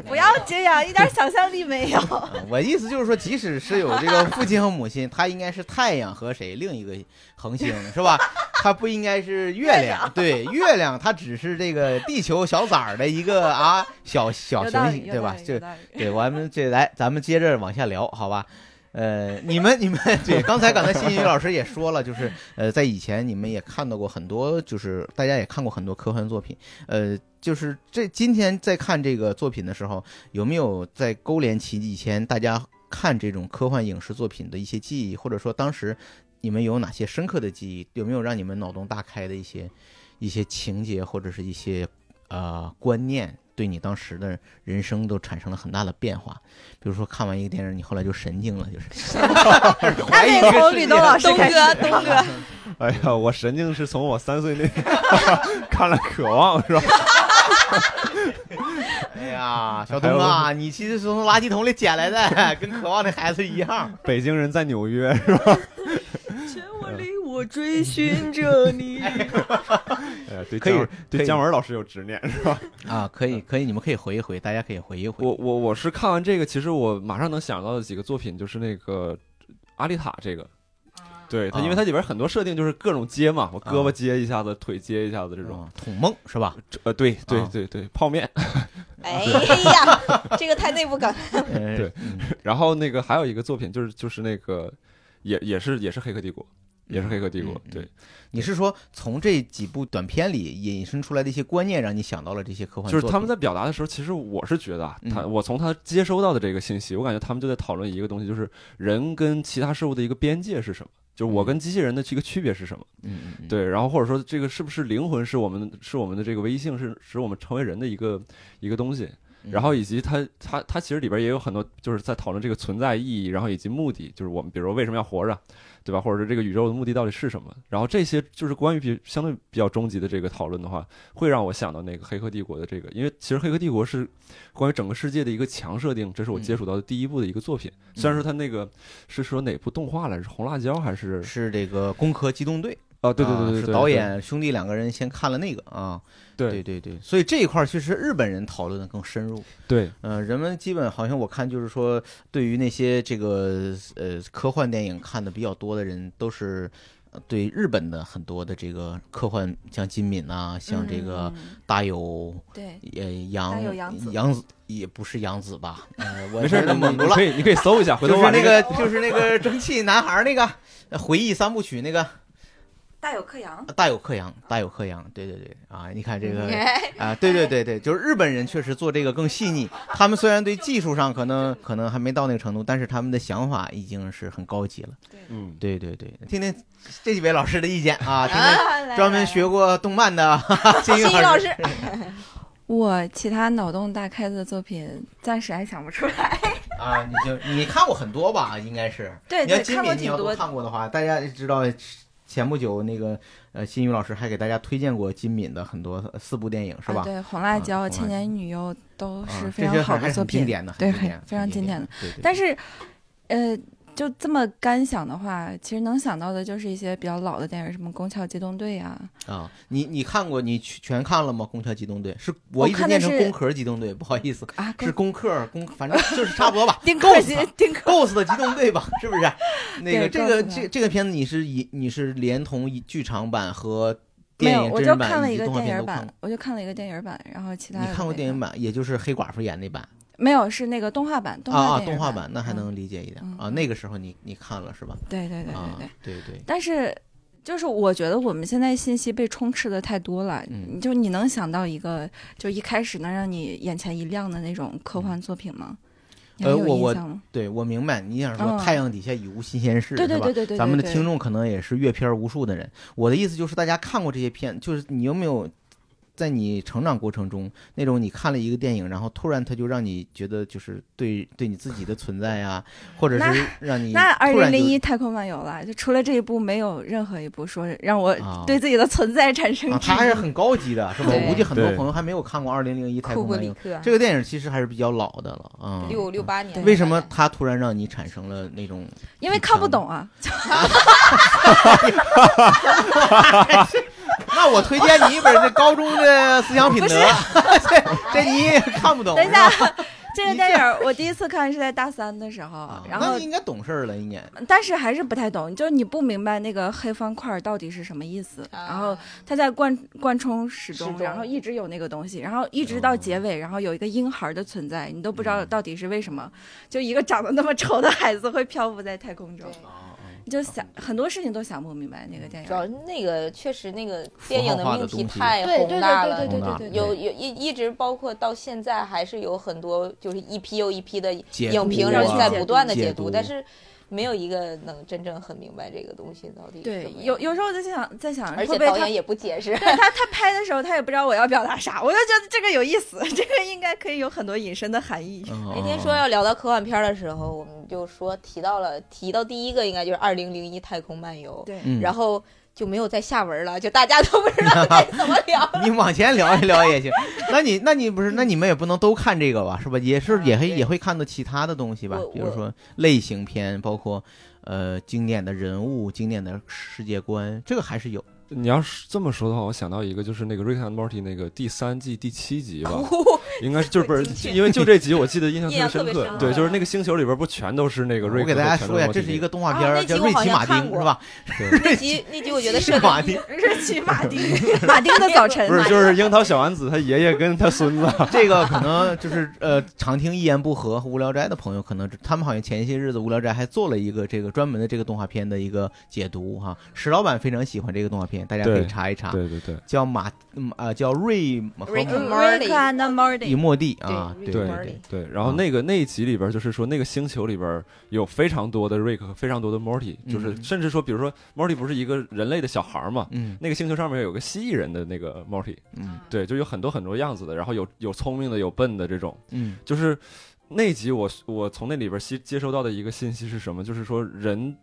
不要这样，一点想象力没有。
啊 <laughs> 我意思就是说，即使是有这个父亲和母亲，他应该是太阳和谁另一个恒星是吧？它不应该是月亮，对，月亮它只是这个地球小崽儿的一个啊小小
有道
行
理，
星，
有
对
道
吧
理？
这
有道
<laughs>
理
对，我们这来，咱们接着往下聊，好吧？呃，你们你们对，刚才刚才新宇老师也说了，就是呃，在以前你们也看到过很多，就是大家也看过很多科幻作品，呃，就是这今天在看这个作品的时候，有没有在勾连起以前大家看这种科幻影视作品的一些记忆，或者说当时你们有哪些深刻的记忆？有没有让你们脑洞大开的一些一些情节或者是一些呃观念，对你当时的人生都产生了很大的变化？比如说看完一个电影，你后来就神经了，就是怀疑这
那得
个
从
世
吕
界
东老师
东
开始。
哥，东哥，
哎呀，我神经是从我三岁那 <laughs> 看了《渴望》是吧？
<laughs>
<laughs>
哎呀，小东啊，你其实是从垃圾桶里捡来的， <laughs> 跟渴望的孩子一样。
北京人在纽约，
全
嗯
我令我追寻着
<laughs>
你。
哎呀，对
可以
姜文
可
对
以
姜文老师有执念是吧？
<laughs> 啊，可以，可以，你们可以回一回，大家可以回一回。
我我我是看完这个，其实我马上能想到的几个作品就是那个《阿丽塔》这个。啊对它，因为它里边很多设定就是各种接嘛，我胳膊接一下子，腿接一下子这种。
啊捅梦是 <laughs> 吧？
这呃，对对
啊
对对，泡面。 <laughs>
哎呀，这个太内部梗了。
呃
对，
嗯
然后那个还有一个作品就是就是那个，也也是也是《黑客帝国》，也是《黑客帝国
嗯》嗯
对，
你是说从这几部短片里引申出来的一些观念，让你想到了这些科幻
就
作
是
品？
他们在表达的时候，其实我是觉得啊，他
嗯
我从他接收到的这个信息，我感觉他们就在讨论一个东西，就是人跟其他事物的一个边界是什么，就是我
嗯
跟机器人的一个区别是什么。
嗯，嗯嗯，
对，然后或者说这个是不是灵魂是我们是我们的这个唯一性，是使我们成为人的一个一个东西。
嗯
然后以及它它它其实里边也有很多就是在讨论这个存在意义，然后以及目的，就是我们比如说为什么要活着，对吧？或者是这个宇宙的目的到底是什么？然后这些就是关于比相对比较终极的这个讨论的话，会让我想到那个《黑客帝国》的这个，因为其实《黑客帝国》是关于整个世界的一个强设定，这是我接触到的第一部的一个作品。虽然说它那个是说哪部动画来着，是《红辣椒》还是
是这个《攻壳机动队》
啊？对对
啊
对对
是
对，
导演兄弟两个人先看了那个啊，对
对
对对，所以这一块儿其实日本人讨论的更深入。
对
呃，人们基本好像我看就是说，对于那些这个呃科幻电影看的比较多的人，都是呃对日本的很多的这个科幻，像金敏啊，像这个大友
嗯对，
呃
大
杨
友洋子
杨子也不是杨子吧？呃，我
没事，
那
你
蒙
你
住
你
了
可。以你可以搜一下，回
就
头
是
把
那
个
个，就是那个蒸汽男孩儿那个呃回忆三部曲那个
大有克洋，嗯
大有克洋，大有克洋，对对对啊！你看这个
哎
啊，对对对对，就是日本人确实做这个更细腻。他们虽然对技术上可能可能还没到那个程度，但是他们的想法已经是很高级了。
嗯，
对对对，听听这几位老师的意见啊，听听
啊来
专门学过动漫
啊
的金宇
新宇老
师
师，
我其他脑洞大开的作品暂时还想不出来。
啊，你就你看过很多吧？应该是。
对
你要
对，
金
看过
敏，你
挺
要
多
都看过的话，大家知道前不久那个呃，新宇老师还给大家推荐过金敏的很多呃四部电影，是吧？
啊、
啊，
对，《红辣椒》
啊
《千年女优》啊都
嗯这
是
些
非常好
还
的
是
作
很经
品，
典的，
对
很经典
很非常经典
的。对对对
但是，呃，就这么干想的话，其实能想到的就是一些比较老的电影，什么《宫壳机动队》啊，
啊，你你看过你全全看了吗？《宫壳机动队》是
我
我一直
看的
念成
是
《宫壳机动队》，不好意思，
啊，
是攻克攻，反正就是差不多
<laughs>。
吧
丁克
够死
机
吧
丁克，
够死的机动队吧，是不是？那个
对
这个
够死的
这这个片子你是以你是连同一剧场版和
没
电
有，
影
我
真
就
人
看
版
了
以
一
及
个
动画
电
片都
影
看
版
过。，
我就看了一个电影版，然后其他
你
的
看过
没
电影版，也就是黑寡妇演那版
没有？是那个动画版，动
啊
画
啊，
电影
动画
版
版那还
嗯
能理解一点
嗯
啊。
嗯
那个时候你你看了是吧？
对对对对
啊
对。，
对对，
但是就是我觉得我们现在信息被充斥的太多了，
嗯
你就你能想到一个就一开始能让你眼前一亮的那种科幻作品吗？你还
嗯呃
有
我我
印象吗？
对我明白你想说
嗯
太阳底下已无新鲜事，
对对
是吧
对对对对，
咱们的
对
听众可能也是阅片儿无数的人。我的意思就是，大家看过这些片，就是你有没有在你成长过程中那种你看了一个电影，然后突然它就让你觉得就是对对你自己的存在呀、或者是让你
那二
突
零
然
零
就
一太空漫游了，就除了这一部，没有任何一部说让我
啊
对自己的存在产生
啊，
质疑。
它还是很高级的，是吧？
对
我估计很多
对
朋友还没有看过《二零零一太
库
空
布
漫
里
游》
啊
克
这个电影，其实还是比较老的了啊。
六六八年
对
的，
为什么它突然让你产生了那种
因为看不懂啊，
那我推荐你一本这高中的思想品德， <laughs> 这这你也看不懂。
等一下，这个
你
电
这
影儿我第一次看是在大三的时候
啊，，
然
那
后
你应该懂事儿了，应该。
嗯
但是还是不太懂，就是你不明白那个黑方块到底是什么意思，
啊
然后它在贯贯冲始
始
终，
终
然后一直有那个东西，然后一直到结
哦
尾，然后有一个婴孩的存在，你都不知
嗯
道到底是为什么，就一个长得那么丑的孩子会漂浮在太空中
对，
啊
你就想很多事情都想不明白那个电
主要
影。
是那个确实那个电影
符号化的
命题
东西
太宏大了，
对对对对
有有一一直包括到现在还是有很多就是一批又一批的
解
影评
读
人
啊
在不断的
解
解
读
读，但是没有一个能真正很明白这个东西到底是
对
什，么
有
样
有时候我就想在想，会
而且
不会
导
他
演也不解释，
对他他拍的时候，他也不知道我要表达啥，我就觉得这个有意思， <laughs> 这个应该可以有很多引申的含义。
那
<laughs> 那天说要聊到科幻片儿的时候，我们就说提到了提到第一个应该就是《二零零一太空漫游》，
对，
嗯。
然后就没有再下文了，就大家都不知道该怎么聊
<laughs> 你往前聊一聊
<laughs>
也行。那你那你不是那你们也不能都看这个吧，是吧？也是
嗯啊
也会
对
也会看到其他的东西吧
我，
比如
我
说类型片，包括呃经典的人物、经典的世界观，这个还是有。
你要是这么说的话，我想到一个，就是那个《Rick and Morty》那个第三季第七集吧，应该是就是不
精
是
哦 <laughs> 确
因为就这集我记得印象
印象
深
特别
刻
深，
对，
刻
就是那个星球里边不全都是那个 Rick，
我给大家说一下，
和全都
这
是
是一
Morty
个动画
啊
片儿，
那集
叫《
我
瑞
好
奇
像
马丁
看》，过
是吧？ <laughs>
那集那集我觉得
是
设
马
定
丁，
日去马丁，
嗯
<laughs> 马丁的早晨
不是就是樱桃小丸子他爷爷跟他
<laughs>
孙子， <laughs>
这个可能就是呃，常听一言不合和无聊斋的朋友，可能知他们好像前些日子无聊斋还做了一个这个专门的这个动画片的一个呃解读哈。石老板非常喜欢这个动画片，大家可以
对
查一查，
对对对，
叫马嗯啊、叫瑞和
Rick and
莫
Morty
Rick and Morty
蒂莫蒂啊，
对
对
对
对
对，然
嗯
后那个那一集里边儿就是说，那个星球里边儿有非常多的 Rick 和非常多的 Morty，就是
嗯
甚至说，比如说 Morty 不是一个人类的小孩儿嘛，
嗯
那个星球上面有个蜥蜴人的那个 Morty，
嗯
对，就有很多很多样子的，然后有有聪明的，有笨的这种，
嗯
就是那集我我从那里边儿吸接收到的一个信息是什么？就是说人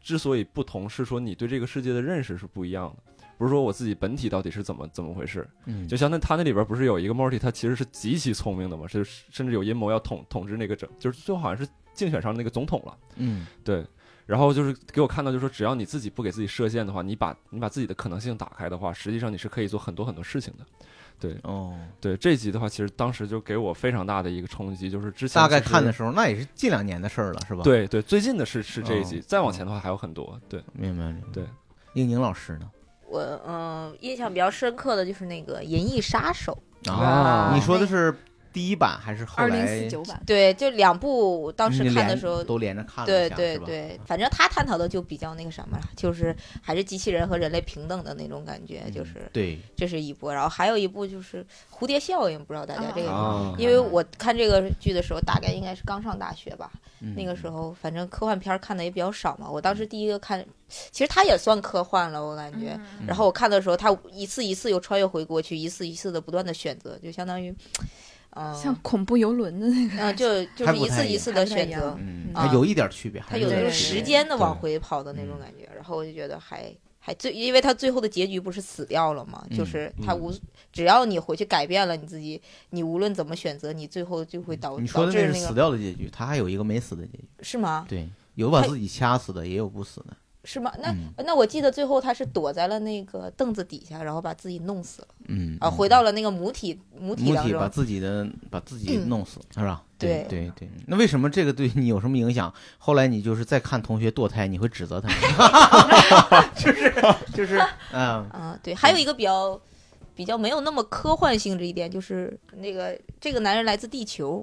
之所以不同，是说你对这个世界的认识是不一样的，不是说我自己本体到底是怎么怎么回事，
嗯，
就像那他那里边不是有一个 Morty，他其实是极其聪明的嘛，是甚至有阴谋要统统治那个整，就是最后好像是竞选上那个总统了，
嗯
对。然后就是给我看到，就是说只要你自己不给自己设限的话，你把你把自己的可能性打开的话，实际上你是可以做很多很多事情的。
哦，
对这集的话，其实当时就给我非常大的一个冲击，就是之前
大概
其实
看的时候那也是近两年的事儿了，是吧？，
对对，最近的是是这一集，
哦
再往前的话还有很多。对，
明白明白。
对，
应宁老师呢？
我嗯、印象比较深刻的就是那个《银翼杀手》，
啊，
哇
你说的是第一版还是后
二零
来
四？九版，
对，就两部我当时
嗯你
看的
连
时候。
都连着看了
对
一下
对
是吧
对，反正他探讨的就比较那个什么了，就是还是机器人和人类平等的那种感觉，就
嗯
是
对，
这是一波，然后还有一部就是蝴蝶效应，不知道大家这个有没有
啊
因为我看这个剧的时候，大概应该是刚上大学吧。
嗯
那个时
候
候，反正科幻片儿看的也比较少嘛。我当时
嗯
第一个看，其实它也算科幻了，我感
嗯
觉。
嗯
然后我看的时候，它一次一次又穿越回过去，一次一次的不断的选择，就相当于，嗯、
像恐怖游轮的那个，
<laughs>
嗯、就就是一次一次的选择，
嗯，
啊
它有一点区别，
它
还
有那
点
种
对
区
时
别
间的往回跑的那
嗯
种感觉。然后我就觉得还。还最，因为它最后的结局不是死掉了嘛，就
嗯
是它无，只要你回去改变了你自己，你无论怎么选择，你最后就会导
嗯你说
导
的
致
那是
那
死
个
掉的结局，它还有一个没死的结局。
是吗？
对，有把自己掐死的，也有不死的。
是吗？那、
嗯
那我记得最后他是躲在了那个凳子底下，然后把自己弄死了
嗯
啊，回到了那个母体母体
母
当
体把
中。嗯
自己的把自己弄死，是吧？对
对
对对。那为什么这个对你有什么影响？后来你就是再看同学堕胎，你会指责他们， <laughs> 就是就是嗯
啊，对，还有一个比较比较没有那么科幻性质一点，就是那个这个男人来自地球，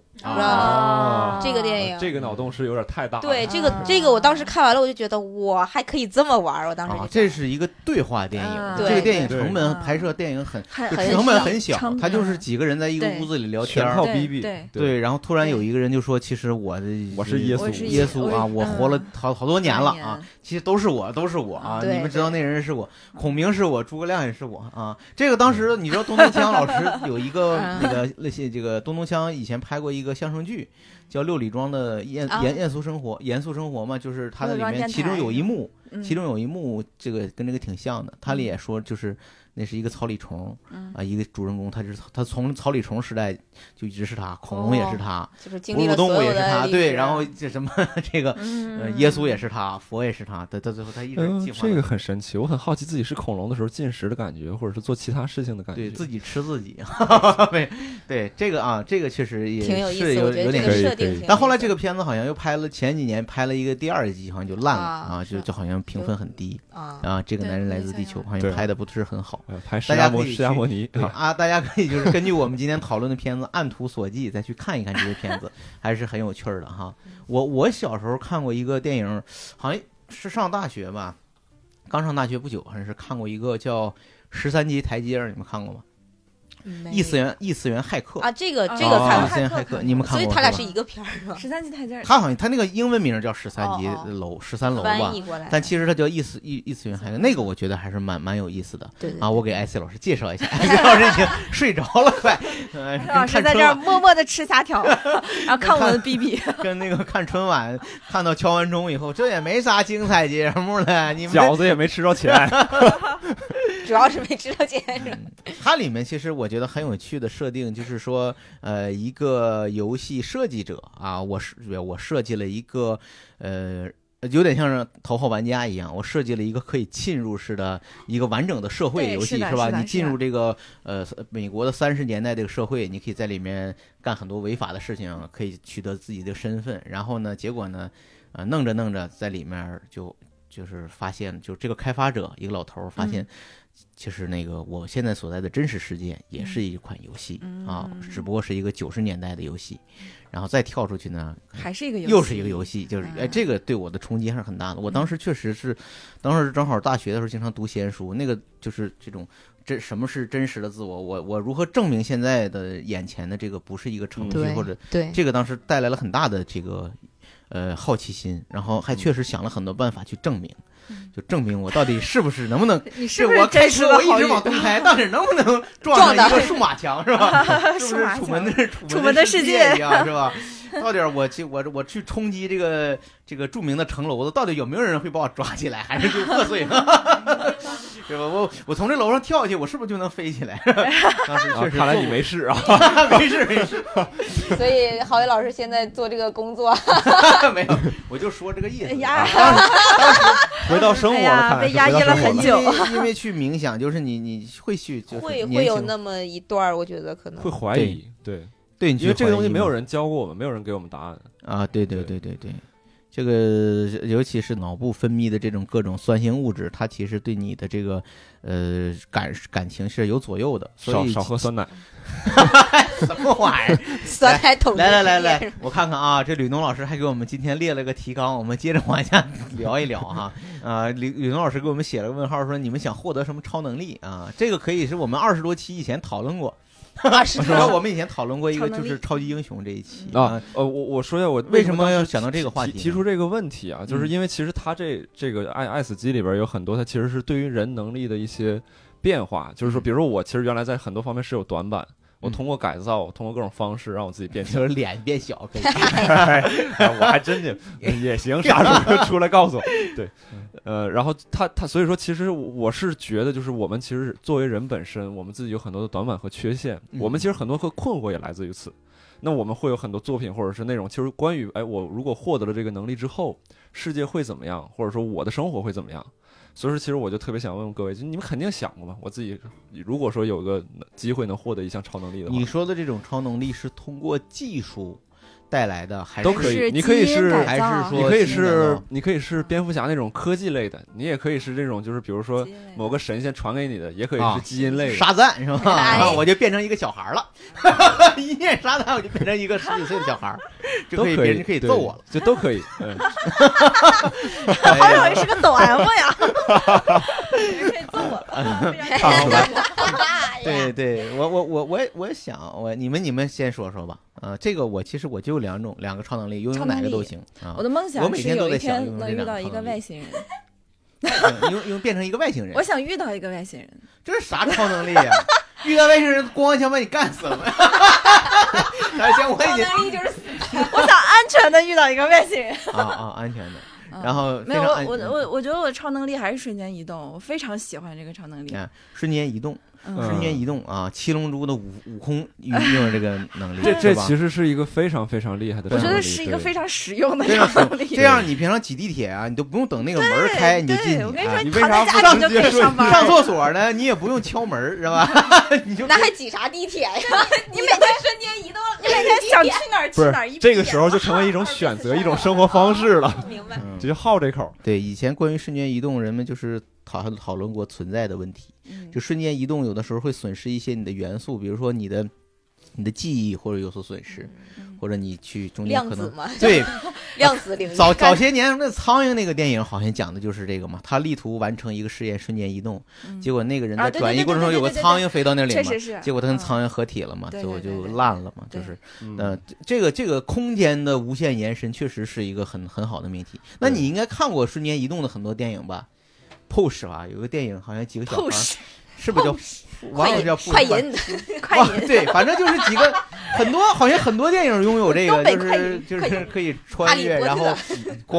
啊
这个电影。
这个脑洞是有点太大了。
对这个这个，我当时看完了，我就觉得哇，还可以这么玩儿！我当时就
啊，
觉得
这是一个对话电影，
啊
这个
对
电影
对
成本
啊
拍摄电影很
很
就
很
成本
小
很小，
成
他就是
本
几个人在一个
对
屋子里聊天
全
儿
靠
对
BB，
对
对，然后突然有
对
一个人就说：“其实我的
我是耶
我
稣
是
耶
耶
稣
我
啊，
是
我活了
嗯
好好多年了
多
啊
年，
其实都是我，都是我啊，
对
你们知道那人是我，孔明是我，诸葛亮也是我啊。这个当时你知道东东锵老师有一个那个类似于这个东东锵以前拍过一个相声剧，叫《六里庄的严
啊
严严肃生活》，严肃生活嘛，就是它的
六里
里
庄
面
电
其中
台
有一幕，
嗯
其中有一幕这个跟这个挺像的，它里也说就是那是一个草履虫
嗯
啊，一个主人公，他就是他从草履虫时代就一直是他，恐龙也是
哦
他。
就是经
哺
历
乳
了
动
所
物也
有
是
的
他，
历
对，
史啊嗯
然后这什么 <laughs> 这个呃耶稣也是他，佛也是他，到到最后他一直
嗯
进，化
这
到
个很神奇。我很好奇自己是恐龙的时候进食的感觉，或者是做其他事情的感觉。
对自己吃自
<laughs>
己，对对这个啊，这个确实也
嗯挺有意
是
思，
有
我觉
有
得这
点
个
意思。
设
可以
定
可以
挺有意思。
但后来这个片子好像又拍了，前几年拍了一个第二季，好像就烂了
啊
啊，就是就好像评分很低
啊，
啊。这个
对
男人
我
来
也
自
想
地
想
球好像
对
拍的不是很好。
呃，拍释
大
迦
家
摩
可以
释迦
去
摩尼哎
对啊，大家可以就是根据我们今天讨论的片子《按图索骥》再去看一看这些片子，还是很有趣儿的哈。
嗯
我我小时候看过一个电影，好像是上大学吧，刚上大学不久，好像是看过一个叫《十三级台阶》，你们看过吗？
没
异次元异次元骇客，
啊，这个这
啊
个看
异次元骇客，你们看
所
过
以
吗？
他俩
是
是
吧
一个片儿吗？
十三级台阶儿，
他好像他那个英文名叫十三级
哦哦
楼，十三楼吧
翻译。过来的，
但其实它叫异次异异次元骇客，那个我觉得还是蛮蛮有意思的。
对对
啊，我给艾希老师介绍一下， <laughs> 艾希老师已经睡着了， <laughs> 快，呃跟
老师
看
哦在
春
这儿
晚
默默的吃虾
<laughs>
条，然后看我的 BB，
跟那个看春晚，看到敲完钟以后，这也没啥精彩节目了。你们这
<laughs> 饺子也没吃着 <laughs> 钱，啊
主要是 <laughs> 没知道这件事。
它里面其实我觉得很有趣的设定，就是说，呃，一个游戏设计者啊，我是我设计了一个，呃。有点像是头号玩家一样，我设计了一个可以进入式的一个完整的社会
对
游戏，
是的
吧？
是的
你进
是的
入这个呃美国的三十年代这个社会，你可以在里面干很多违法的事情，可以取得自己的身份。然后呢，结果呢，呃，弄着弄着，在里面就就是发现，就这个开发者一个老头儿
嗯
发现，其实那个我现在所在的真实世界
嗯
也是一款游戏、啊，只不过是一个九十年代的游戏，然后再跳出去呢，
还是一嗯个游戏，
又是一个游戏，就是哎，
嗯
这个对我的冲击还是很大的。我当时确实是，当时正好大学的时候经常读闲书，那个就是这种。这什么是真实的自我？我我如何证明现在的眼前的这个不是一个程序或者
嗯 <laughs> 对
这个当时带来了很大的这个呃好奇心，然后还确实想了很多办法去证明，
嗯
就证明我到底是不是能不能，这
你是不是
我开
真
始
实的
我一
郝
直
宇
往东
<laughs>
开，到底能不能
撞
撞上一
到
个数码墙是吧？是
数
不是
码
楚门
墙
的
楚门的世
界
界
一样是
<laughs>
吧？到底我去我我去冲击这个这个著名的城楼子，到底有没有人会把我抓起来，还是就破碎呢？ <laughs> 对吧？我我从这楼上跳下去，我是不是就能飞起来？ <laughs> 当时
啊
确实 <laughs>
看来
做
你
不
没事 <laughs> 啊。
没事没事。
所以郝宇老师现在做这个工 <laughs> 作，
没有，我就说这个意思。
哎呀
啊当时
回到生活
哎
了
呀
看，
被
是
压
回到
抑了
生活
很久
因
<laughs>
为因为去冥想，就是你你会去，就是
会
年
会
轻
有那么一段儿，我觉得可能
会怀疑，对，
对，你
因为这个东
去
西
怀疑
没有人教过我们，没有人给我们答案。
啊，对对对对对。这个尤其是脑部分泌的这种各种酸性物质，它其实对你的这个呃感感情是有左右的。所
少
以
少喝酸奶，
什么玩意儿？
酸奶桶
来来来来，我看看啊，这吕东老师还给我们今天列了个提纲，我们接着往下聊一聊哈。呃，吕吕东老师给我们写了个问号，说你们想获得什么超能力啊？这个可以是我们二十多期以前讨论过，
是
我说 <laughs> 我们以前讨论过一个
超
就
能力
是超级英雄这一期
啊，呃，我我说一下我
为
什
什
么
么
当
要
时
想到这个话题
提
呢？
提出这个问题啊，就是
嗯
因为其实他这这个《爱爱死机》里边有很多，它
嗯
其实是对于人能力的一些变化，就是说，比如说我其实原来在很多方面是有短板。我通过改造，我通过各种方式让我自己变强。
就是脸变小， <laughs> 可以
<laughs> 哎我还真的也行，啥时候就出来告诉我？对，呃，然后他他所以说，其实我我是觉得，就是我们其实作为人本身，我们自己有很多的短板和缺陷，
嗯
我们其实很多和困惑也来自于此。那我们会有很多作品或者是内容，其实关于哎，我如果获得了这个能力之后，世界会怎么样，或者说我的生活会怎么样？所以说，其实我就特别想问问各位，就你们肯定想过嘛？我自己如果说有个机会能获得一项超能力的话
你，说的这种超能力是通过技术带来的，还是
都可以，
是
你可以
基因
是
改
还是说
你可以
新的
是
呢，
你可以是蝙蝠侠那种科技类的，你也可以是这种，就是比如说某个神仙传给你的，也可以
啊
是基因类的。
沙赞是 <laughs> 吧？
哎
啊然后我就变成一个小孩儿了， <laughs> 一念沙赞我就变成一个十几岁的小孩儿，就
都
以
以，
别人就可以
对
揍
<laughs>
我了。，
就都可以。嗯，
哎 <laughs> 呀
是个抖 M 呀，
看出来
<laughs> 大
对
呀，
对，我我我我也我也想，我你们你们先说说吧。呃，这个我其实我就有两种两个超能力，拥有
超
哪
能
个都
力
行啊
我。的梦
我
想
每
是
天都
有
在
一
想
天
用
能
这
遇
两
到
个
一
超
个
能力
外星人，
嗯用用变成一个外星人
我，想遇到一个外星人。
这是啥超能力呀、遇到外星人，咣一枪把你干 <laughs> 死了。而且我已经
能力就是死
我想安全的遇到一个外
<laughs>
星人。
啊啊，安全的，
嗯
然后非
没有，
常安
我我我我觉得我的超能力还是瞬间移动，我非常喜欢这个超能力。
嗯瞬间移动，
嗯
瞬间移动啊！七龙珠的悟悟空
<laughs>
运用了这个能力，
这这
是吧
其实是一个非常非常厉害的
我
超
觉
能力。
得是一个
对
非常实用的
非常
超 <laughs> 能
<laughs>
力。
这样，你平常挤地铁啊，你都不用等那个门儿
对
开你就
对
进去。
我跟你
哎
说，
你为
躺
啥
在
不
家里就
直接
可以
说
上班
<laughs> 上
儿。
厕所呢，你也不用敲门儿是吧？你就
那还挤啥地铁呀？ <laughs> 你每天瞬间移动，你每天
想去哪儿去
不是
哪儿，一
这个
闭
时候就成为一种选择，一种生活方式了，
明白？
嗯
就好这口。
<laughs> 对以前关于瞬间移动，人们就是讨讨论过存在的问题。
眼
就瞬间移动有的时候会损失一些你的元素，比如说你的你的记忆或者有所损失，
嗯
或者你去中间
量
可
子
能
嘛，
对
<laughs> 量子领域。
早早些年那苍蝇那个电影好像讲的就是这个嘛，他力图完成一个试验瞬间移动，
嗯
结果那个人在
啊对对
转移
对
过程中
对对
有个
对对
苍蝇飞到那里
确
嘛，
实是。
结果他跟
嗯
苍蝇合体了嘛，
对
最
对
后
对
就
对
烂了嘛，就
对
是
嗯，
嗯，这个这个空间的无限延伸确实是一个很很好的命题。那
对
你应该看过瞬间移动的很多电影吧？Push 吧，有个电影好像几个小孩儿
Push
是不是叫网友叫 Push
快银，快
哇，<laughs>
银，
对，反正就是几
<laughs>
个很多，好像很多电影拥有这个，
东北
就
快
是
银
就
快
是 <laughs>
银
可以
哈
穿
利
越，
波
然
特
后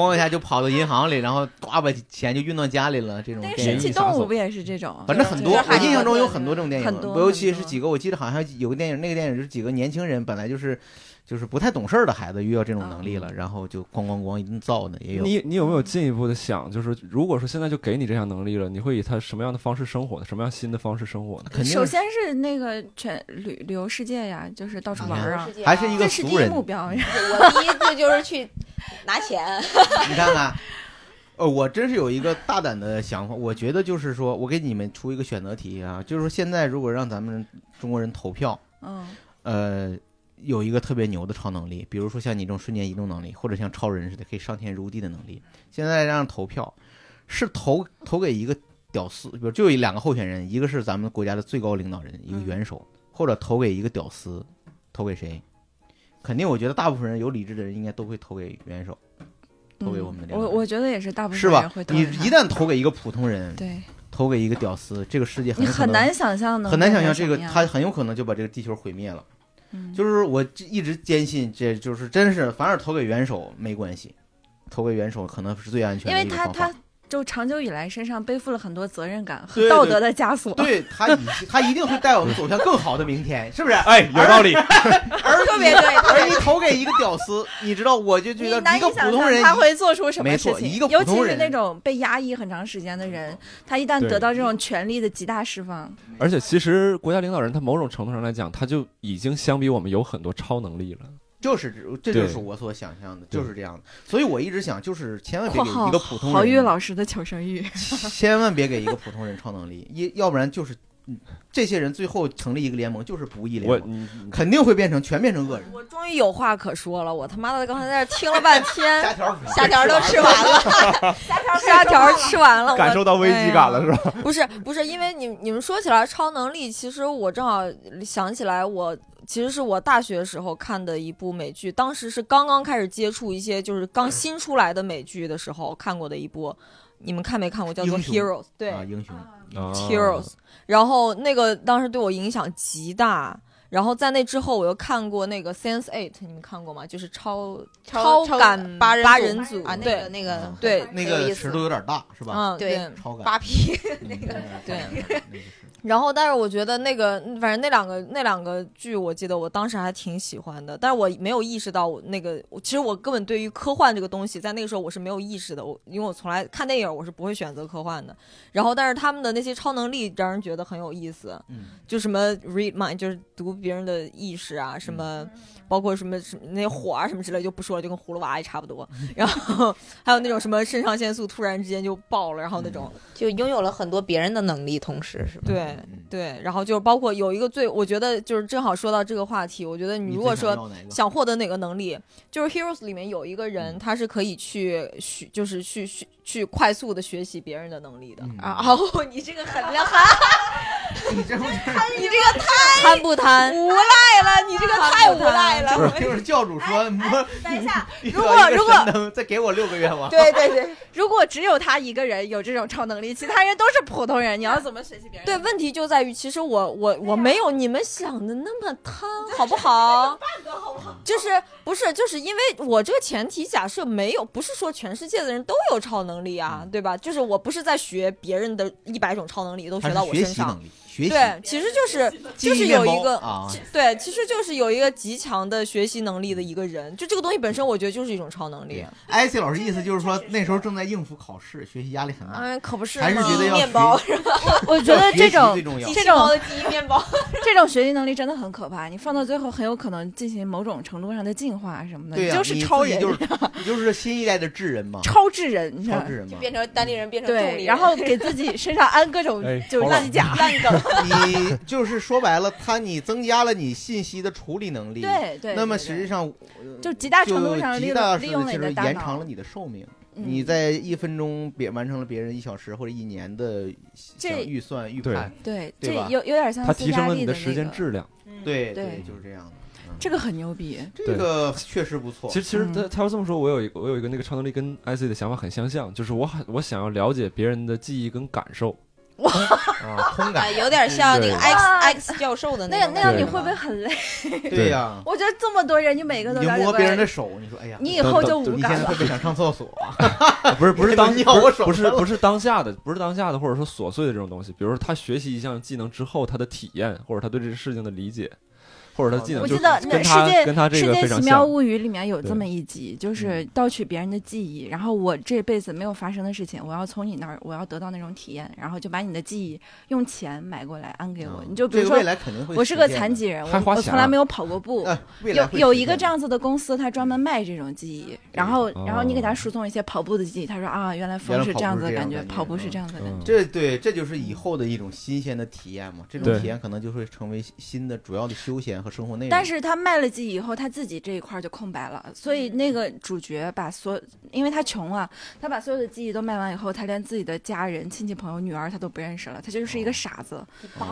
咣一下就跑到银行里，然后呱把钱就运到家里了。这种
那个
电
神
影
奇
里
动
啥
物
走
不也是这种？
反正很多，
就
我
是哈利
印象
波
中
特
有很
那个
多这种电影，
很多
我尤其
很
是
多
几个，我记得好像有个电影，那个电影是几个年轻人，本来就是就是不太懂事儿的孩子遇到这种能力
哦
了，然后就咣咣咣一顿造的也有。
你你有没有进一步的想，就是如果说现在就给你这项能力了，你会以他什么样的方式生活呢？什么样新的方式生活呢？
肯定
首先是那个全旅旅游世界呀，就是到处玩儿
<laughs>
啊，
还是一个
这是第
俗
一
人，
目标。
我第一次就是去拿钱，
你看看，呃，我真是有一个大胆的想法，我觉得就是说，我给你们出一个选择题啊，就是说现在如果让咱们中国人投票，
嗯，
呃，有一个特别牛的超能力，比如说像你这种瞬间移动能力，或者像超人似的可以上天入地的能力，现在让投票是投投给一个屌丝，比如就有两个候选人，一个是咱们国家的最高领导人，一个元首，或者投给一个屌丝，投给谁？肯定，我觉得大部分人有理智的人应该都会投给元首。投给我们的
嗯我
领导
我觉得也是，大部
是
分人
吧
会？投
你
给他
一旦投给一个普通人，
对
投给一个屌丝，这个世界很
你
有可
很
能
难想象能
很难想象
变
这
成
个，
什么样
他很有可能就把这个地球毁灭了。
嗯
就是我一直坚信，这就是真是，反而投给元首没关系，投给元首可能是最安全
因
的
为
一个
他
方法
他。就长久以来身上背负了很多责任感
对
和
对
道德的枷锁。
对他已经他一定会带我们走向更好的明天，
<laughs>
是不是？
哎，有道理。
而
特别对，特
而
别
你投给一个屌丝，你知道，我就觉
你
得
难
一
以
个普
想
通人
象他会做出什么
没
事
错
情，
一个
尤
普通
其是
人
那种被压抑很长时间的人，他一旦
对
得到这种权力的极大释放，
而且其实国家领导人他某种程度上来讲，他就已经相比我们有很多超能力了。
就是这这
对
就是我所想象的，就是这样的。所以我一直想，就是千万别
括
给一
号
个普通人
郝宇老师的求生欲，
千万别给一个普通人超能力， <laughs> 一要不然就是嗯这些人最后成立一个联盟，就是不义联
我
盟，
你
肯定会变成全变成恶人。
我终于有话可说了，我他妈的刚才在这听了半天，
<laughs> 虾条
虾条都吃完了，
虾条吃完了，
感
我
受到危机感了
啊
是吧？
不是不是，因为你你们说起来超能力，其实我正好想起来我，其实是我大学时候看的一部美剧，当时是刚刚开始接触一些就是刚新出来的美剧的时候看过的一部，你们看没看过？叫做
英
《
雄
Heroes》
<laughs>
对，
啊，英雄，
啊
Heroes，然后那个当时对我影响极大。然后在那之后，我又看过那个 Sense Eight，你们看过吗？就是超
<laughs> 超
超感
八人
八
组
人组
啊，那
对
个那个
嗯
对
那
很有
个
意思
尺度有点大，是吧？
嗯，
对
超感嗯
扒皮，
那个
对
对，
然后，但是我觉得那个，反正那两个那两个剧，我记得我当时还挺喜欢的，但是我没有意识到我那个，我其实我根本对于科幻这个东西，在那个时候我是没有意识的，我因为我从来看电影我是不会选择科幻的。然后，但是他们的那些超能力让人觉得很有意思，
嗯，
就什么 read mind，就是读别人的意识啊，什么，包括什么什么那些火啊什么之类就不说了，就跟葫芦娃也差不多。 <laughs> 然后还有那种什么肾上腺素突然之间就爆了，然后那种。
<laughs> 就拥有了很多别人的能力，同时 <laughs> 是吧？
对
嗯
对，然后就是包括有一个最，我觉得就是正好说到这个话题，我觉得你如果说想获得哪个能力，就是 Heroes 里面有一个人，
嗯
他是可以去学，就是去去去快速的学习别人的能力的。
啊，
啊哦， <laughs> 你这个很厉害，
你这不是
哎贪不贪？
无赖了，你这个太无赖了。
不是就是教主
哎
说摸？
等
<laughs>
一下，
遇
如
到一
果
个
如果
神灯再给我六个愿望，
对对对，如果只有他一个人有这种超能力，其他人都是普通人，你要怎么学习别人？
对，，问题就在于，其实我我我没有你们想的那么贪，好不好？就是不是就是因为我这个前提假设没有，不是说全世界的人都有超能力啊，
嗯
对吧？就是我不是在学别人的一百种超能力都
他
学到
是
我
学
身
习
上，
能力，学习
对，其实就是
记忆
就是
面
有一
包
个
啊，
其对，其实就是有一个极强的学习能力的一个人，就这个东西本身，我觉得就是一种超能力啊
对。艾希老师意思就是说，那时候正在应付考试，学习压力很大，
嗯，可不是
还是觉得要
面包
学
我觉得这
要学习
种
最重要
这种
的第一面包，
这种学习能力真的很可怕，你放到最后很有可能进行某种程度上的进化什么的，
对
你
呀，
就是
你
超
自己
人，
就是你就是新一代的智人嘛，
超智人，你知道
超
吗
智人嘛。
变成单立人，变成重
对，
力人，
然后给自己身上安各种
哎
就是
好冷
机甲，
烂梗。
你就是说白了，他你增加了你信息的处理能力，
对对。
那么
对
实际上
就极大
就
程度上利
极
用
大
利
是
用了
就
你
是
的大
延长
脑
了，你的寿命。
嗯
你在一分钟别完成了别人一小时或者一年的
这
想预算预
对
判，
对，
对
这
吧
有有点像
它
斯
提
嘉
升了
丽
你
的
的
那
时间
个，
质量。
对
嗯对
就是这样的。
这个很牛逼，
这个确实不错
其，实其实
嗯
他他要这么说，我有一个我有一个那个超能力跟 IC 的想法很相像，就是我很我想要了解别人的记忆跟感受。
啊，空
哎，
感，
有点像那个
对
X X 教授的
那
个
那样
对
你会不会很累？
对呀、
我觉得这么多人，你每个都
你
了解
摸
过来
别人的手，你说哎呀，
你以后就无
你现
感
在
了。
会不会想上厕所
<laughs>
啊？
<laughs> 不是不是当
你要我手
不是
上了
不是当下的，不是当下的，或者说琐碎的这种东西，比如说他学习一项技能之后他的体验，或者他对这个事情的理解，或者他技能，
我
就
记
是
得那
跟
《
他
世界
跟他这
世
个
界
非
奇
常
妙
像。
物语》里面有这
对
么一集，就是
嗯
盗取别人的记忆，然后我这辈子没有发生的事情，我要从你那儿，我要得到那种体验，然后就把你的记忆用钱买过来安给
啊
我。
嗯
你就比
这个
如说
未，来肯定会，
我是个残，疾人，
还
我
花
我
钱
从来
啊
没有跑过步，
呃，未来
有
会
有
实
一个
现
这样子的公司，他专门卖这种记忆，
嗯
然后然后你给他
哦
输送一些跑步的记忆，他说啊，原来
原
风
来
是
跑
这样
步
子
是
的
这样
感
的
觉，
感觉
跑步是
嗯
这样子的感觉。
嗯，
这对，这就是以后的一种新鲜的体验嘛。这种
对
体验可能就会成为新的主要的休闲和生活内容。
但是他卖了记忆以后，他自己这一块儿就空白了，所以那个主角把所，因为他穷啊，他把所有的记忆都卖完以后，他连自己的家人、亲戚、朋友、女儿他都不认识了，他就是一个傻子，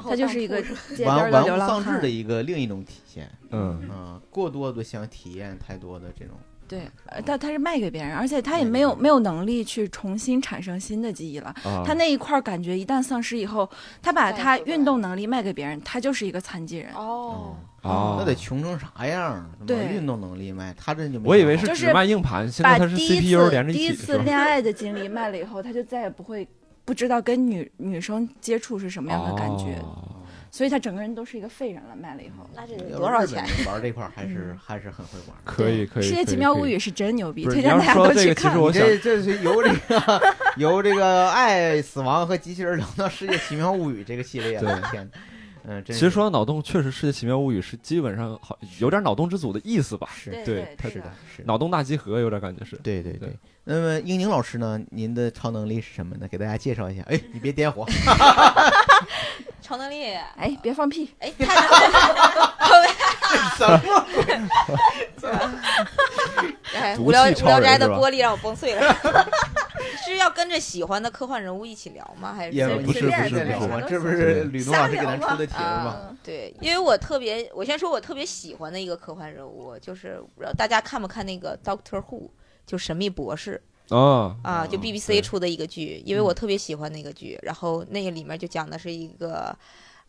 他就是一个街边
玩
儿
哦玩
的
物
流浪
丧志
汉
的。一个另一种体现。
嗯，
嗯，过多的想体验太多的这种，
对，呃但他是卖给别人，而且他也
卖给
没有
别人
没有能力去重新产生新的记忆了。
啊
他那一块儿感觉一旦丧失以后，他把
再也
他
回不来
运动能力卖给别人，他就是一个残疾人。
哦，
啊，
嗯那得穷成啥样儿？怎么
对
运动能力卖，他这就没
我以为
啥
是
就是
只卖硬盘，现
把
在它是
第一
CPU 连
次
着
第
一
一
起
次
是吧？
恋爱的经历卖了以后，他就再也不会不知道跟女女生接触是什么样的感觉，
哦
所以他整个人都是一个废人了。卖了以后，
那这
好。
得多少
要
钱
是？日本人玩这块儿还
嗯
是还是很会玩儿。
可以可以。
世
可
界
以
奇妙
可以
物语》是真牛逼，
不是
推荐
你要
大家
说
都
到这
去
个其
看
实。我
你
想
这这是由这个由这个爱、死亡和机器人聊到《世界奇妙物语》这个系列了，
对
天哪，嗯，真
其
是
实说到脑洞，确实《世界奇妙物语》是基本上好有点脑洞之祖的意思吧？
是
对
对
对
它
是的，
是的
脑洞大集合有点感觉是。
对对对
对。
那么英宁老师呢？您的超能力是什么呢？给大家介绍一下。哎，你别点
<laughs>
火，
超能力，
哎，别放屁！
<laughs>
哎，他
什么？
哎
<laughs> 毒气
无聊无
超
聊
人
斋的
是吧
玻璃让我崩碎了。 <laughs> 是要跟着喜欢的科幻人物一起聊吗？还是
也
随
不
随
是
便
不是
聊
不
吗
是，这不是吕东老师给咱出的题目吗？
啊，对，因为我特别，我先说我特别喜欢的一个科幻人物，就是不知道大家看不看那个 Doctor Who，就神秘博士
啊，
啊，就
嗯
BBC
对
出的一个剧，因为我特别喜欢那个剧，然后那个里面就讲的是一个。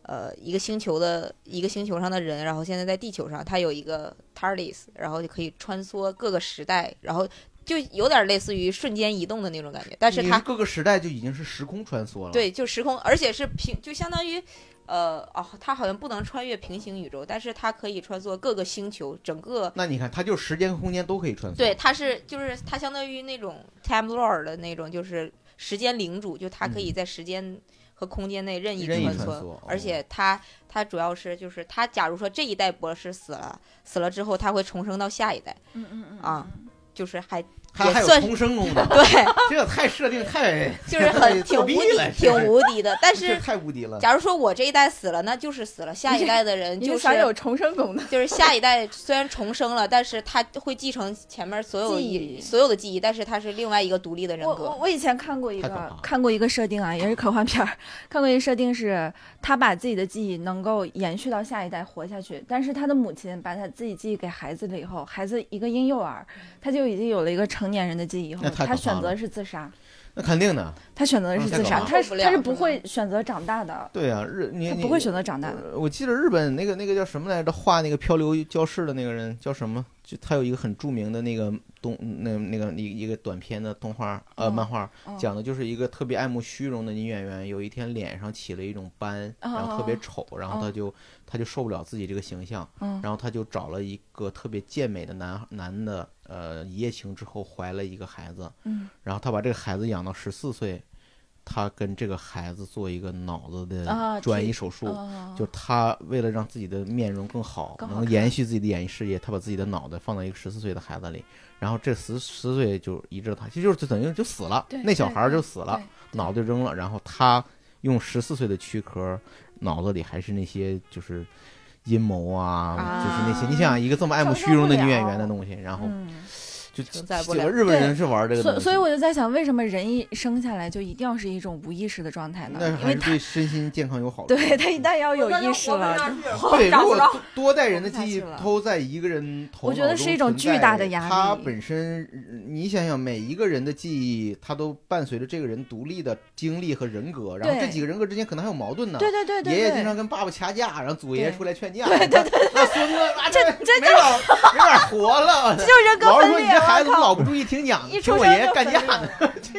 呃一个星球的一个星球上的人，然后现在在地球上，他有一个 TARDIS，然后就可以穿梭各个时代，然后就有点类似于瞬间移动的那种感觉，但是
你
它
各个时代就已经是时空穿梭了。，
对，就时空，而且是平，就相当于，呃，哦，它好像不能穿越平行宇宙，但是它可以穿梭各个星球，整个，
那你看，它就是时间和空间都可以穿梭。
对，，它是就是它相当于那种 time lord 的那种，就是时间领主，就它可以在时间和空间内任意
嗯任意
穿
穿
梭，
梭哦
而且它它主要是就是它，假如说这一代博士死了，死了之后它会重生到下一代，
嗯嗯嗯
啊，就是还
还还
也
有
算是，
重生功能
<laughs> 对，
这个太设定太 <laughs>
就是
太
很挺
作
无
弊了
敌，
这个
挺无
<laughs>
敌的，但
这
是
个。太无敌了。
假如说我这一代死了，那就是死了。下一代的人
你
就是是
想有重生功能？
就是下一代虽然重生了，但是他会继承前面所有
记忆
一所有的记忆，但是他是另外一个独立的人
我我
格。
我以前看过一
太可怕
个
了
看过一个设定啊，也是科幻片儿，看过一个设定是，他把自己的记忆能够延续到下一代活下去，但是他的母亲把他自己记忆给孩子了以后，孩子一个婴幼儿，他就已经有了一个成年人的记忆以后
嗯那，太可怕
他
了
选择是自杀，
那肯定的，
他选择的是自杀，
嗯
他
受
是
不了
他是
是
不
吗
会选择长大的，
对啊，日你
他
你
不会选择长大的。
呃我记得日本那个那个叫什么来着，画那个漂流教室的那个人叫什么？就他有一个很著名的那个动那那个一一个短片的动画呃
嗯
漫画
嗯，
讲的就是一个特别爱慕虚荣的女演员，有一天脸上起了一种斑，
哦
然后特别丑，然后
哦
她就她就受不了自己这个形象，
嗯
然后她就找了一个特别健美的男男的，呃，一夜情之后怀了一个孩子，
嗯，
然后她把这个孩子养到十四岁，她跟这个孩子做一个脑子
啊
的转移
替
手术，
哦
就他为了让自己的面容更好，
更好
能延续自己的演艺事业，他把自己的脑袋放到一个十四岁的孩子里，然后这十十岁就移植到他，其实就是就等于就死了
对，
那小孩儿就死了
对，
脑袋扔了，然后他用十四岁的躯壳，脑子里还是那些就是阴谋啊，
啊
就是那些你想一个这么爱慕虚荣的女演员的东西，然后
嗯，
就
承载不
这个
了
日本人是玩这个东
所
西，
所以我就在想，为什么人一生下来就一定要是一种无意识的状态呢
那？
因为
还是
他
对身心健康有好处。
对他一旦要有意识了， <laughs>
对，
找不
如果
着
多多代人的
活不下
记忆
去了
都在一个人头脑中
我觉得是一种
存在
巨大的压力
它本身，呃你想想，每一个人的记忆，它都伴随着这个人独立的经历和人格，然后
对
这几个人格之间可能还有矛盾呢。
对对对对对，
爷爷经常跟爸爸掐架，然后祖爷
对
出来劝架。对对对， <laughs> 那孙
<laughs>
子啊，这这没法没法活了。
这就人格
老师
分
说你
裂，
这孩子怎
我
么
靠
老不注意听讲，
一
听
出
我
生
爷爷
就
干
分
架
裂
呢。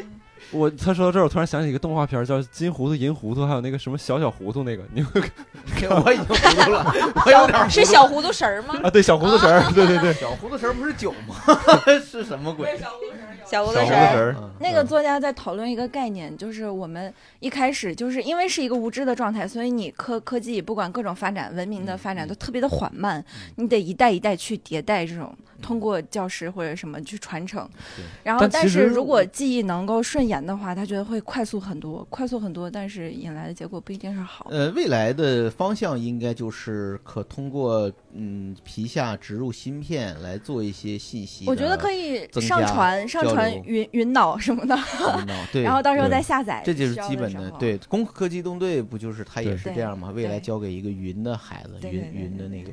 了
我他说到这儿，我突然想起一个动画片儿，叫《金糊涂银糊涂》，还有那个什么小小糊涂那个，你们
<laughs> 我已经糊了，我有
<laughs>
点糊
是小糊涂神儿吗？
啊，对，小糊涂神儿，对对对，
小糊涂神儿不是酒吗？ <laughs> 是什么鬼？
小糊涂
小糊涂
神
神
儿，
儿，
嗯
那个作家在讨论一个概念，就是我们一开始就是因为是一个无知的状态，所以你科科技不管各种发展、文明的发展
嗯
都特别的缓慢
嗯，
你得一代一代去迭代这种通过教师或者什么去传承
对。
然后，
但
但
其
是
实
如果记忆能够顺延的话，他觉得会快速很多，快速很多，但是引来的结果不一定是好。
呃，未来的方向应该就是可通过嗯皮下植入芯片来做一些信息。
我觉得可
以，
以
增
上
加
传上
交
传
流
云云脑什么的， <laughs>
对，
然后到时候
对
再下载需
这
要时
就
候。
是基本的对。攻壳机动队不就是它也
对
是这
对
样吗？未来
对
交给一个云的孩子，
对
云
对对
云的
对
那个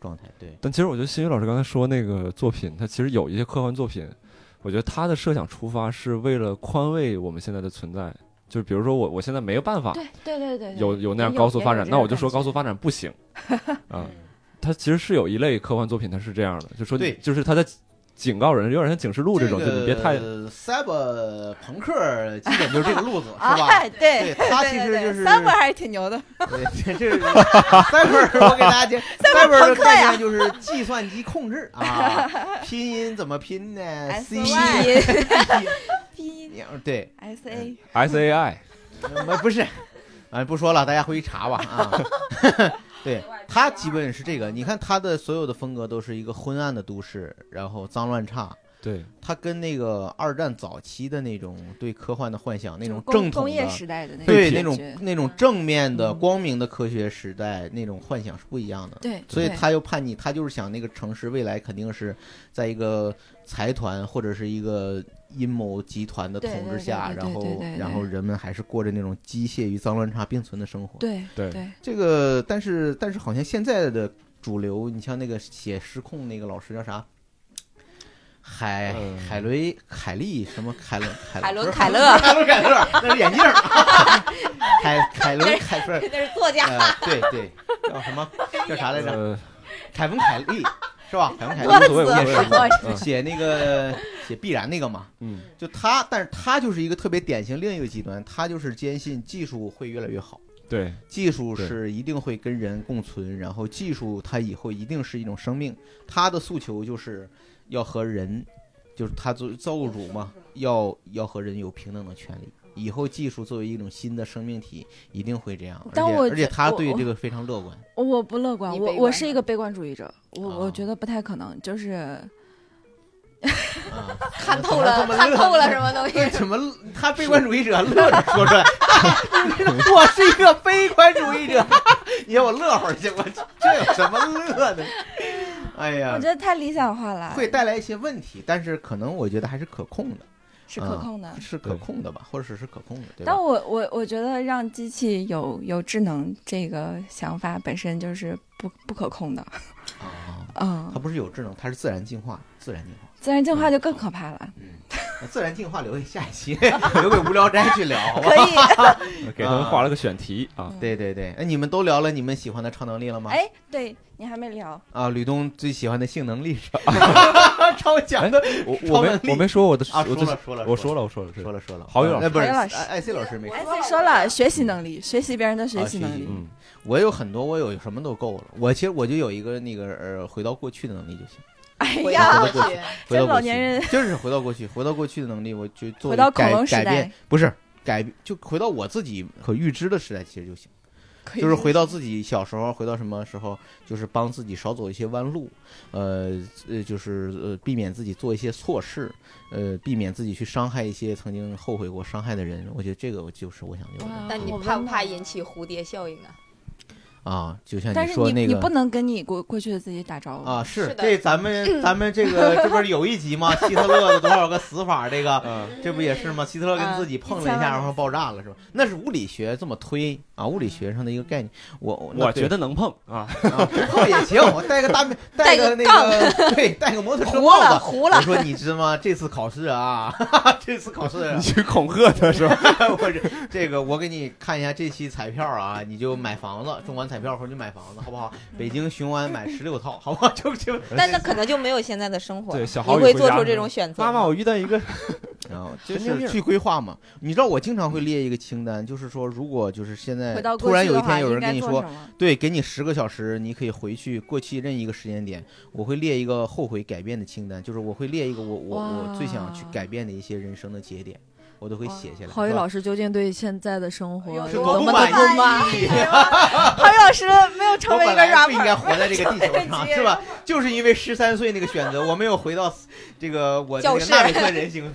状态，对。
但其实我觉得新宇老师刚才说那个作品，他其实有一些科幻作品，我觉得他的设想出发是为了宽慰我们现在的存在，就是比如说我我现在没有办法
对对对对，对
啊有有那样
也
高速发
也有
展，
这
那
种
我就说
感觉
高
嗯
速发展不
<laughs>
行啊。他其实是有一类科幻作品，它是这样的，就说
对
就是他在警告人，有点像警示录这种，就你别太
嗯呃 cyber 朋克，基本就是这个
<laughs>
路子， <laughs> 是吧？
啊
哎，对，
对，他其实就是
三本还是挺牛的，
对， <laughs> 这这是 Cyber，我给大家
<laughs>
讲 Cyber 的概念就是计算机控制啊，
<laughs>
拼音怎么拼呢
S
哎？C
Y
拼音
对，
S A
S A I
呃不是， <laughs> 啊，不说了，大家回去查吧啊。 <laughs> 对他基本是这个，你看他的所有的风格都是一个昏暗的都市，然后脏乱差。
对。
他跟那个二战早期的那种对科幻的幻想，那
就
种
工
正统
工业
的
时代的那
对
种
那
感
种
觉嗯
那种正面的、光明的科学时代那种幻想是不一样的。
对，
所以
对
他又叛逆，他就是想那个城市未来肯定是在一个财团或者是一个阴谋集团的
对
统
对
治下，
对对
然
对对
后
对
然后人们还是过着那种机械与脏乱差并存的生活。
对
对
对
这个，但是但是好像现在的主流，你像那个写失控那个老师叫啥？海
嗯
海雷凯利什么凯伦
海
凯
伦
不是
凯勒
海伦 <laughs> 凯勒那是眼
<laughs>
镜儿， <laughs> 凯凯伦凯不是
那是作家，
呃对对叫什么叫啥来着？
呃，
凯文凯利是吧？凯文凯利
无所谓，无所谓。
也
无
是
所谓嗯
写那个写必然那个嘛，
嗯，
就他，但是他就是一个特别典型另一个极端，他就是坚信技术会越来越好，
对，
技术
对
是一定会跟人共存，然后技术它以后一定是一种生命，他的诉求就是要和人，就是他作为造物主嘛，要要和人有平等的权利。以后技术作为一种新的生命体，一定会这样。而
但
且
我
而且
觉
他
我
对
我
这个非常乐观。
我不乐观，
你
我
悲
我
观
是一个悲观主义者，我
啊
我觉得不太可能，就是
啊，
看透了，看透了什么
<laughs>
东
<laughs>
西？
为什么他悲观主义者乐着说出来？ <laughs> 我是一个悲观主义者，你让我乐会儿去，我这有什么乐的？哎
我
呀
觉，得太理想化了，
会带来一些问题，但是可能我觉得还是可控的，
是可控的。
嗯是可控的吧，或者是可控的，对
但
吧？
我我我觉得让机器有有智能这个想法本身就是不不可控的，
啊，
嗯
它，不是有智能，它是自然进化，自然进化。
自然进化就更可怕了。
那自然进化留给下一
<laughs>
期，留给无聊斋去聊，好吧？ <laughs>
给他们画了个选题啊，
对对对，哎，你们都聊了你们喜欢的超能力了吗？
哎，对你还没聊，
啊，吕东最喜欢的性能力是
<laughs>
吧？超强的
我
嗯超
我
能力
没我没说我的，
啊！
哎我
说
最
了说了，
我说了我说了，对
说了说了，
郝宇
呃
老师
不是
郝宇老师
艾 C 老师没说，
哎，所以说了学习能力，学习别人的学
啊
习
学
能
习
力，
嗯，
我有很多，我有什么都够了。我其实我就有一个那个呃，回到过去的能力就行。
哎
回
呀，
到
回到过去
去，
回到
真
过
老
去
年人
就是回到过去，回到过去的能力，我就做
回到恐
改
龙时
改变
代，
不是改就回到我自己可预知的时代，其实就行。
可以
就是回到自己小时候，回到什么时候，就是帮自己少走一些弯路，呃呃，就是呃避免自己做一些错事，呃避免自己去伤害一些曾经后悔过伤害的人。我觉得这个我就是我想有的
但你
我
怕
问
不怕
到
引起蝴蝶效应啊？
啊，就像
但是
说那
你
个
不能跟你过过去的自己打招呼
啊，是
是的
这咱们咱们这个这不是有一集吗？希特勒的多少个死法？这个
嗯，
<laughs> 这不也是吗？希特勒跟自己碰了一
嗯
下，然后爆炸了，是吧？那是物理学这么推啊，物理学上的一个概念。我我那
我
对
觉得能碰啊，
啊，碰也行，我带个大面，带
带
个
个
那个，对，带个摩托车
糊了，
帽子。
糊
我
了，
说你知道吗？这次考试啊， <laughs> 这次考
<laughs>
试啊、
你去恐吓他是吧？
<laughs> 我这这个我给你看一下这期彩票啊，你就买房子，中完彩票回去买房子，好不好？北京雄安买十六套，好不好？ <laughs> 就就，
但那可能就没有现在的生活了。
对，小
你
郝宇
会
回
做
家
出
了
这种选择
妈妈，
吗？
我遇到一个
然后就
神经
是
病
去规划嘛。你知道我经常会列一个清单，就是说，如果就是现在
回到
突
过
然
去
有一
的话，
天有
应
人跟
该
你
做
说
什，么？
对，给你十个小时，你可以回去过去任意一个时间点，我会列一个后悔改变的清单，就是我会列一个我我我最想去
哇
改变的一些人生的节点，我都会写下来。
郝宇
是吧
老师究竟对现在的生活
哎呦
是
有
多
多么
满
的不满？
意，
郝宇老师没 <laughs> 有成
我
为一
本
个
来不应
rapper，
该活在这个地球
成 <laughs>
上，
为一个
是吧？就是因为十三岁那个选择，我没有回到这个我这
教
个
室
纳米特人形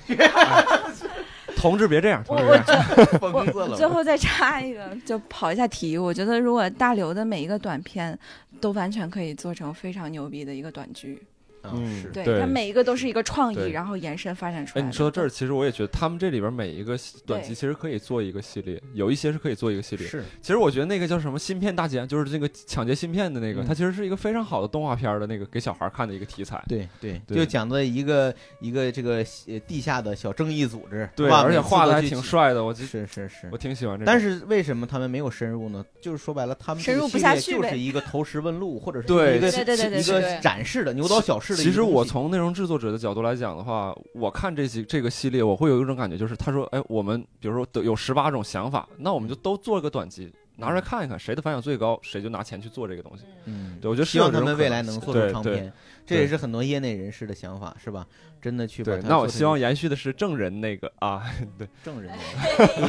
同志别这样，同
我
志别
我
这样，
觉
疯子了。
最后再插一个，就跑一下题。我觉得如果大刘的每一个短片都完全可以做成非常牛逼的一个短剧，
嗯，是
嗯
对，
对
它每一个都是一个创意，
对
然后延伸发展出来
哎，
的。
你说到这儿，其实我也觉得他们这里边每一个短集
对
其实可以做一个系列，有一些是可以做一个系列。
是
其实我觉得那个叫什么芯片大劫案，就是这个抢劫芯片的那个，
嗯
它其实是一个非常好的动画片儿的那个给小孩儿看的一个题材。
对对，
对
就讲的一个一个这个呃地下的小正义组织，
对，
是吧
而且
每次
画的
都
还
去
挺
挤
帅的，我就是
是是
我，挺喜欢这个。
但是为什么他们没有深入呢？就是说白了，他们这个
深入不下
系
去
列就
呗
是一个投石问路，或者是
对
一个
对
对对对
一个
对
展示的牛刀小试的一
其
个东西。
实我从内容制作者的角度来讲的话，我看这期这个系列，我会有一种感觉，就是他说，哎，我们比如说都有十八种想法，那我们就都做个短集，拿出来看一看，谁的反响最高，谁就拿钱去做这个东西。
嗯，
对，我觉得是
希
有
望
这
他
种
们
可
未来
能
能
性
做
对
出唱
对
片，这也是很多业内人士的想法，是吧？真的去把
对，
它
那
做
我
成
希望延续的是正人那个啊，
<laughs> 证人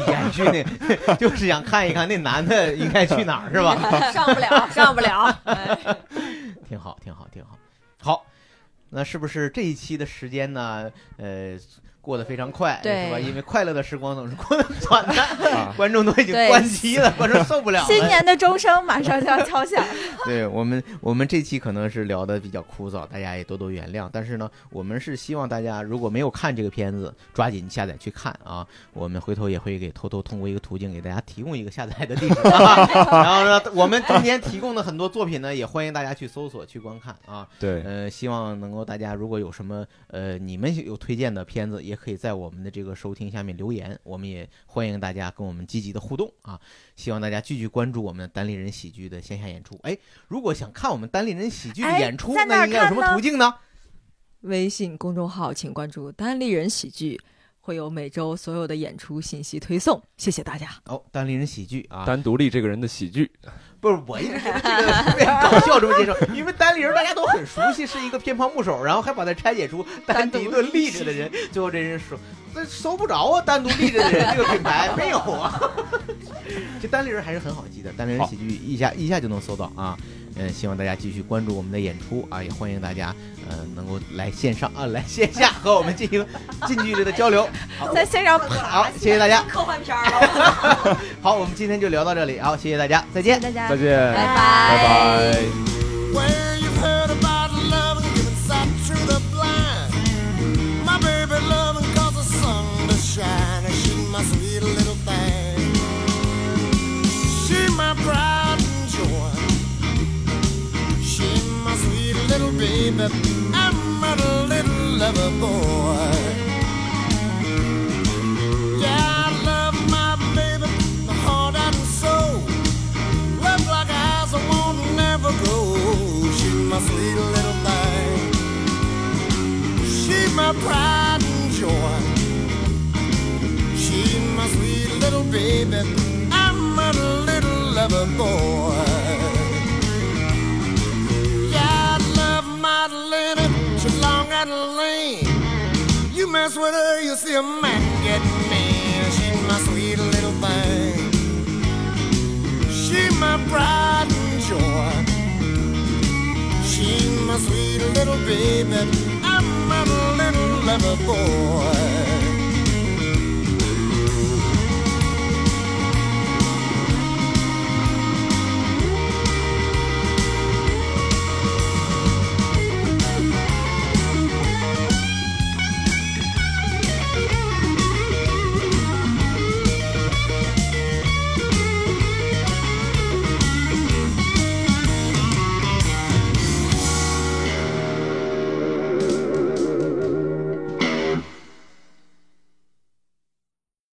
延续那， <laughs> 就是想看一看那男的应该去哪儿，是吧？ <laughs>
<laughs> 上不了，上不了。
挺好，挺好，挺好。好，那是不是这一期的时间呢？呃，过得非常快，
对
是吧？因为快乐的时光总是过得 <laughs> 短的，
啊，
观众都已经
对
关机了，观众受不了了。
新年的钟声马上就要敲响，
对我们，我们这期可能是聊的比较枯燥，大家也多多原谅。但是呢，我们是希望大家如果没有看这个片子，抓紧下载去看啊！我们回头也会给偷偷通过一个途径给大家提供一个下载的地址、啊。 <laughs> 然后呢，我们今天提供的很多作品呢，也欢迎大家去搜索去观看啊。 <laughs>
对，
呃，希望能够大家如果有什么呃你们有推荐的片子，也可以在我们的这个收听下面留言，我们也欢迎大家跟我们积极的互动啊！希望大家继续关注我们单立人喜剧的线下演出。哎，如果想看我们单立人喜剧的
哎
演出，
在哪
那
儿
应该有什
看
么
呢
途径呢？
<laughs> 微信公众号请关注“单立人喜剧”，会有每周所有的演出信息推送。谢谢大家。
哦，单立人喜剧啊，
单独立这个人的喜剧，
不是，我一直觉得这个特别搞笑这么介绍， <laughs> 因为单立人大家都很熟悉，是一个偏旁部首，然后还把它拆解出 <laughs> 单独一个立着的 <laughs> 人，最后这人说这搜不着啊，单独立着的人这个品牌没有 <laughs> 啊。这单立人还是很好记的，单立人喜剧一下一下就能搜到啊。嗯，希望大家继续关注我们的演出啊，也欢迎大家呃能够来线上啊 <laughs> 来线下和我们进行近距离的交流。 <laughs> 好，
在线上
好，谢谢大家。
科幻片儿。
好，我们今天就聊到这里，好，谢谢大家，再见。
大家
再见，
拜
拜拜。
Where you've heard about love and giving sight to the blind. My baby loving cause the sun to shine. And she my sweet little thing. She my pride and joy. She my sweet little baby. I'm a little lover boy. Yeah, I love my baby, my heart and soul. Love like eyes that won't never grow. She my sweet little thing. She my pride and joy. She my sweet little baby. I'm a little lover boy. Yeah, I love my Lena. She's long and lean. You mess with her, you see a man get mean. She my sweet little thing. She my pride and joy. She my sweet little baby. I'm a little lover boy.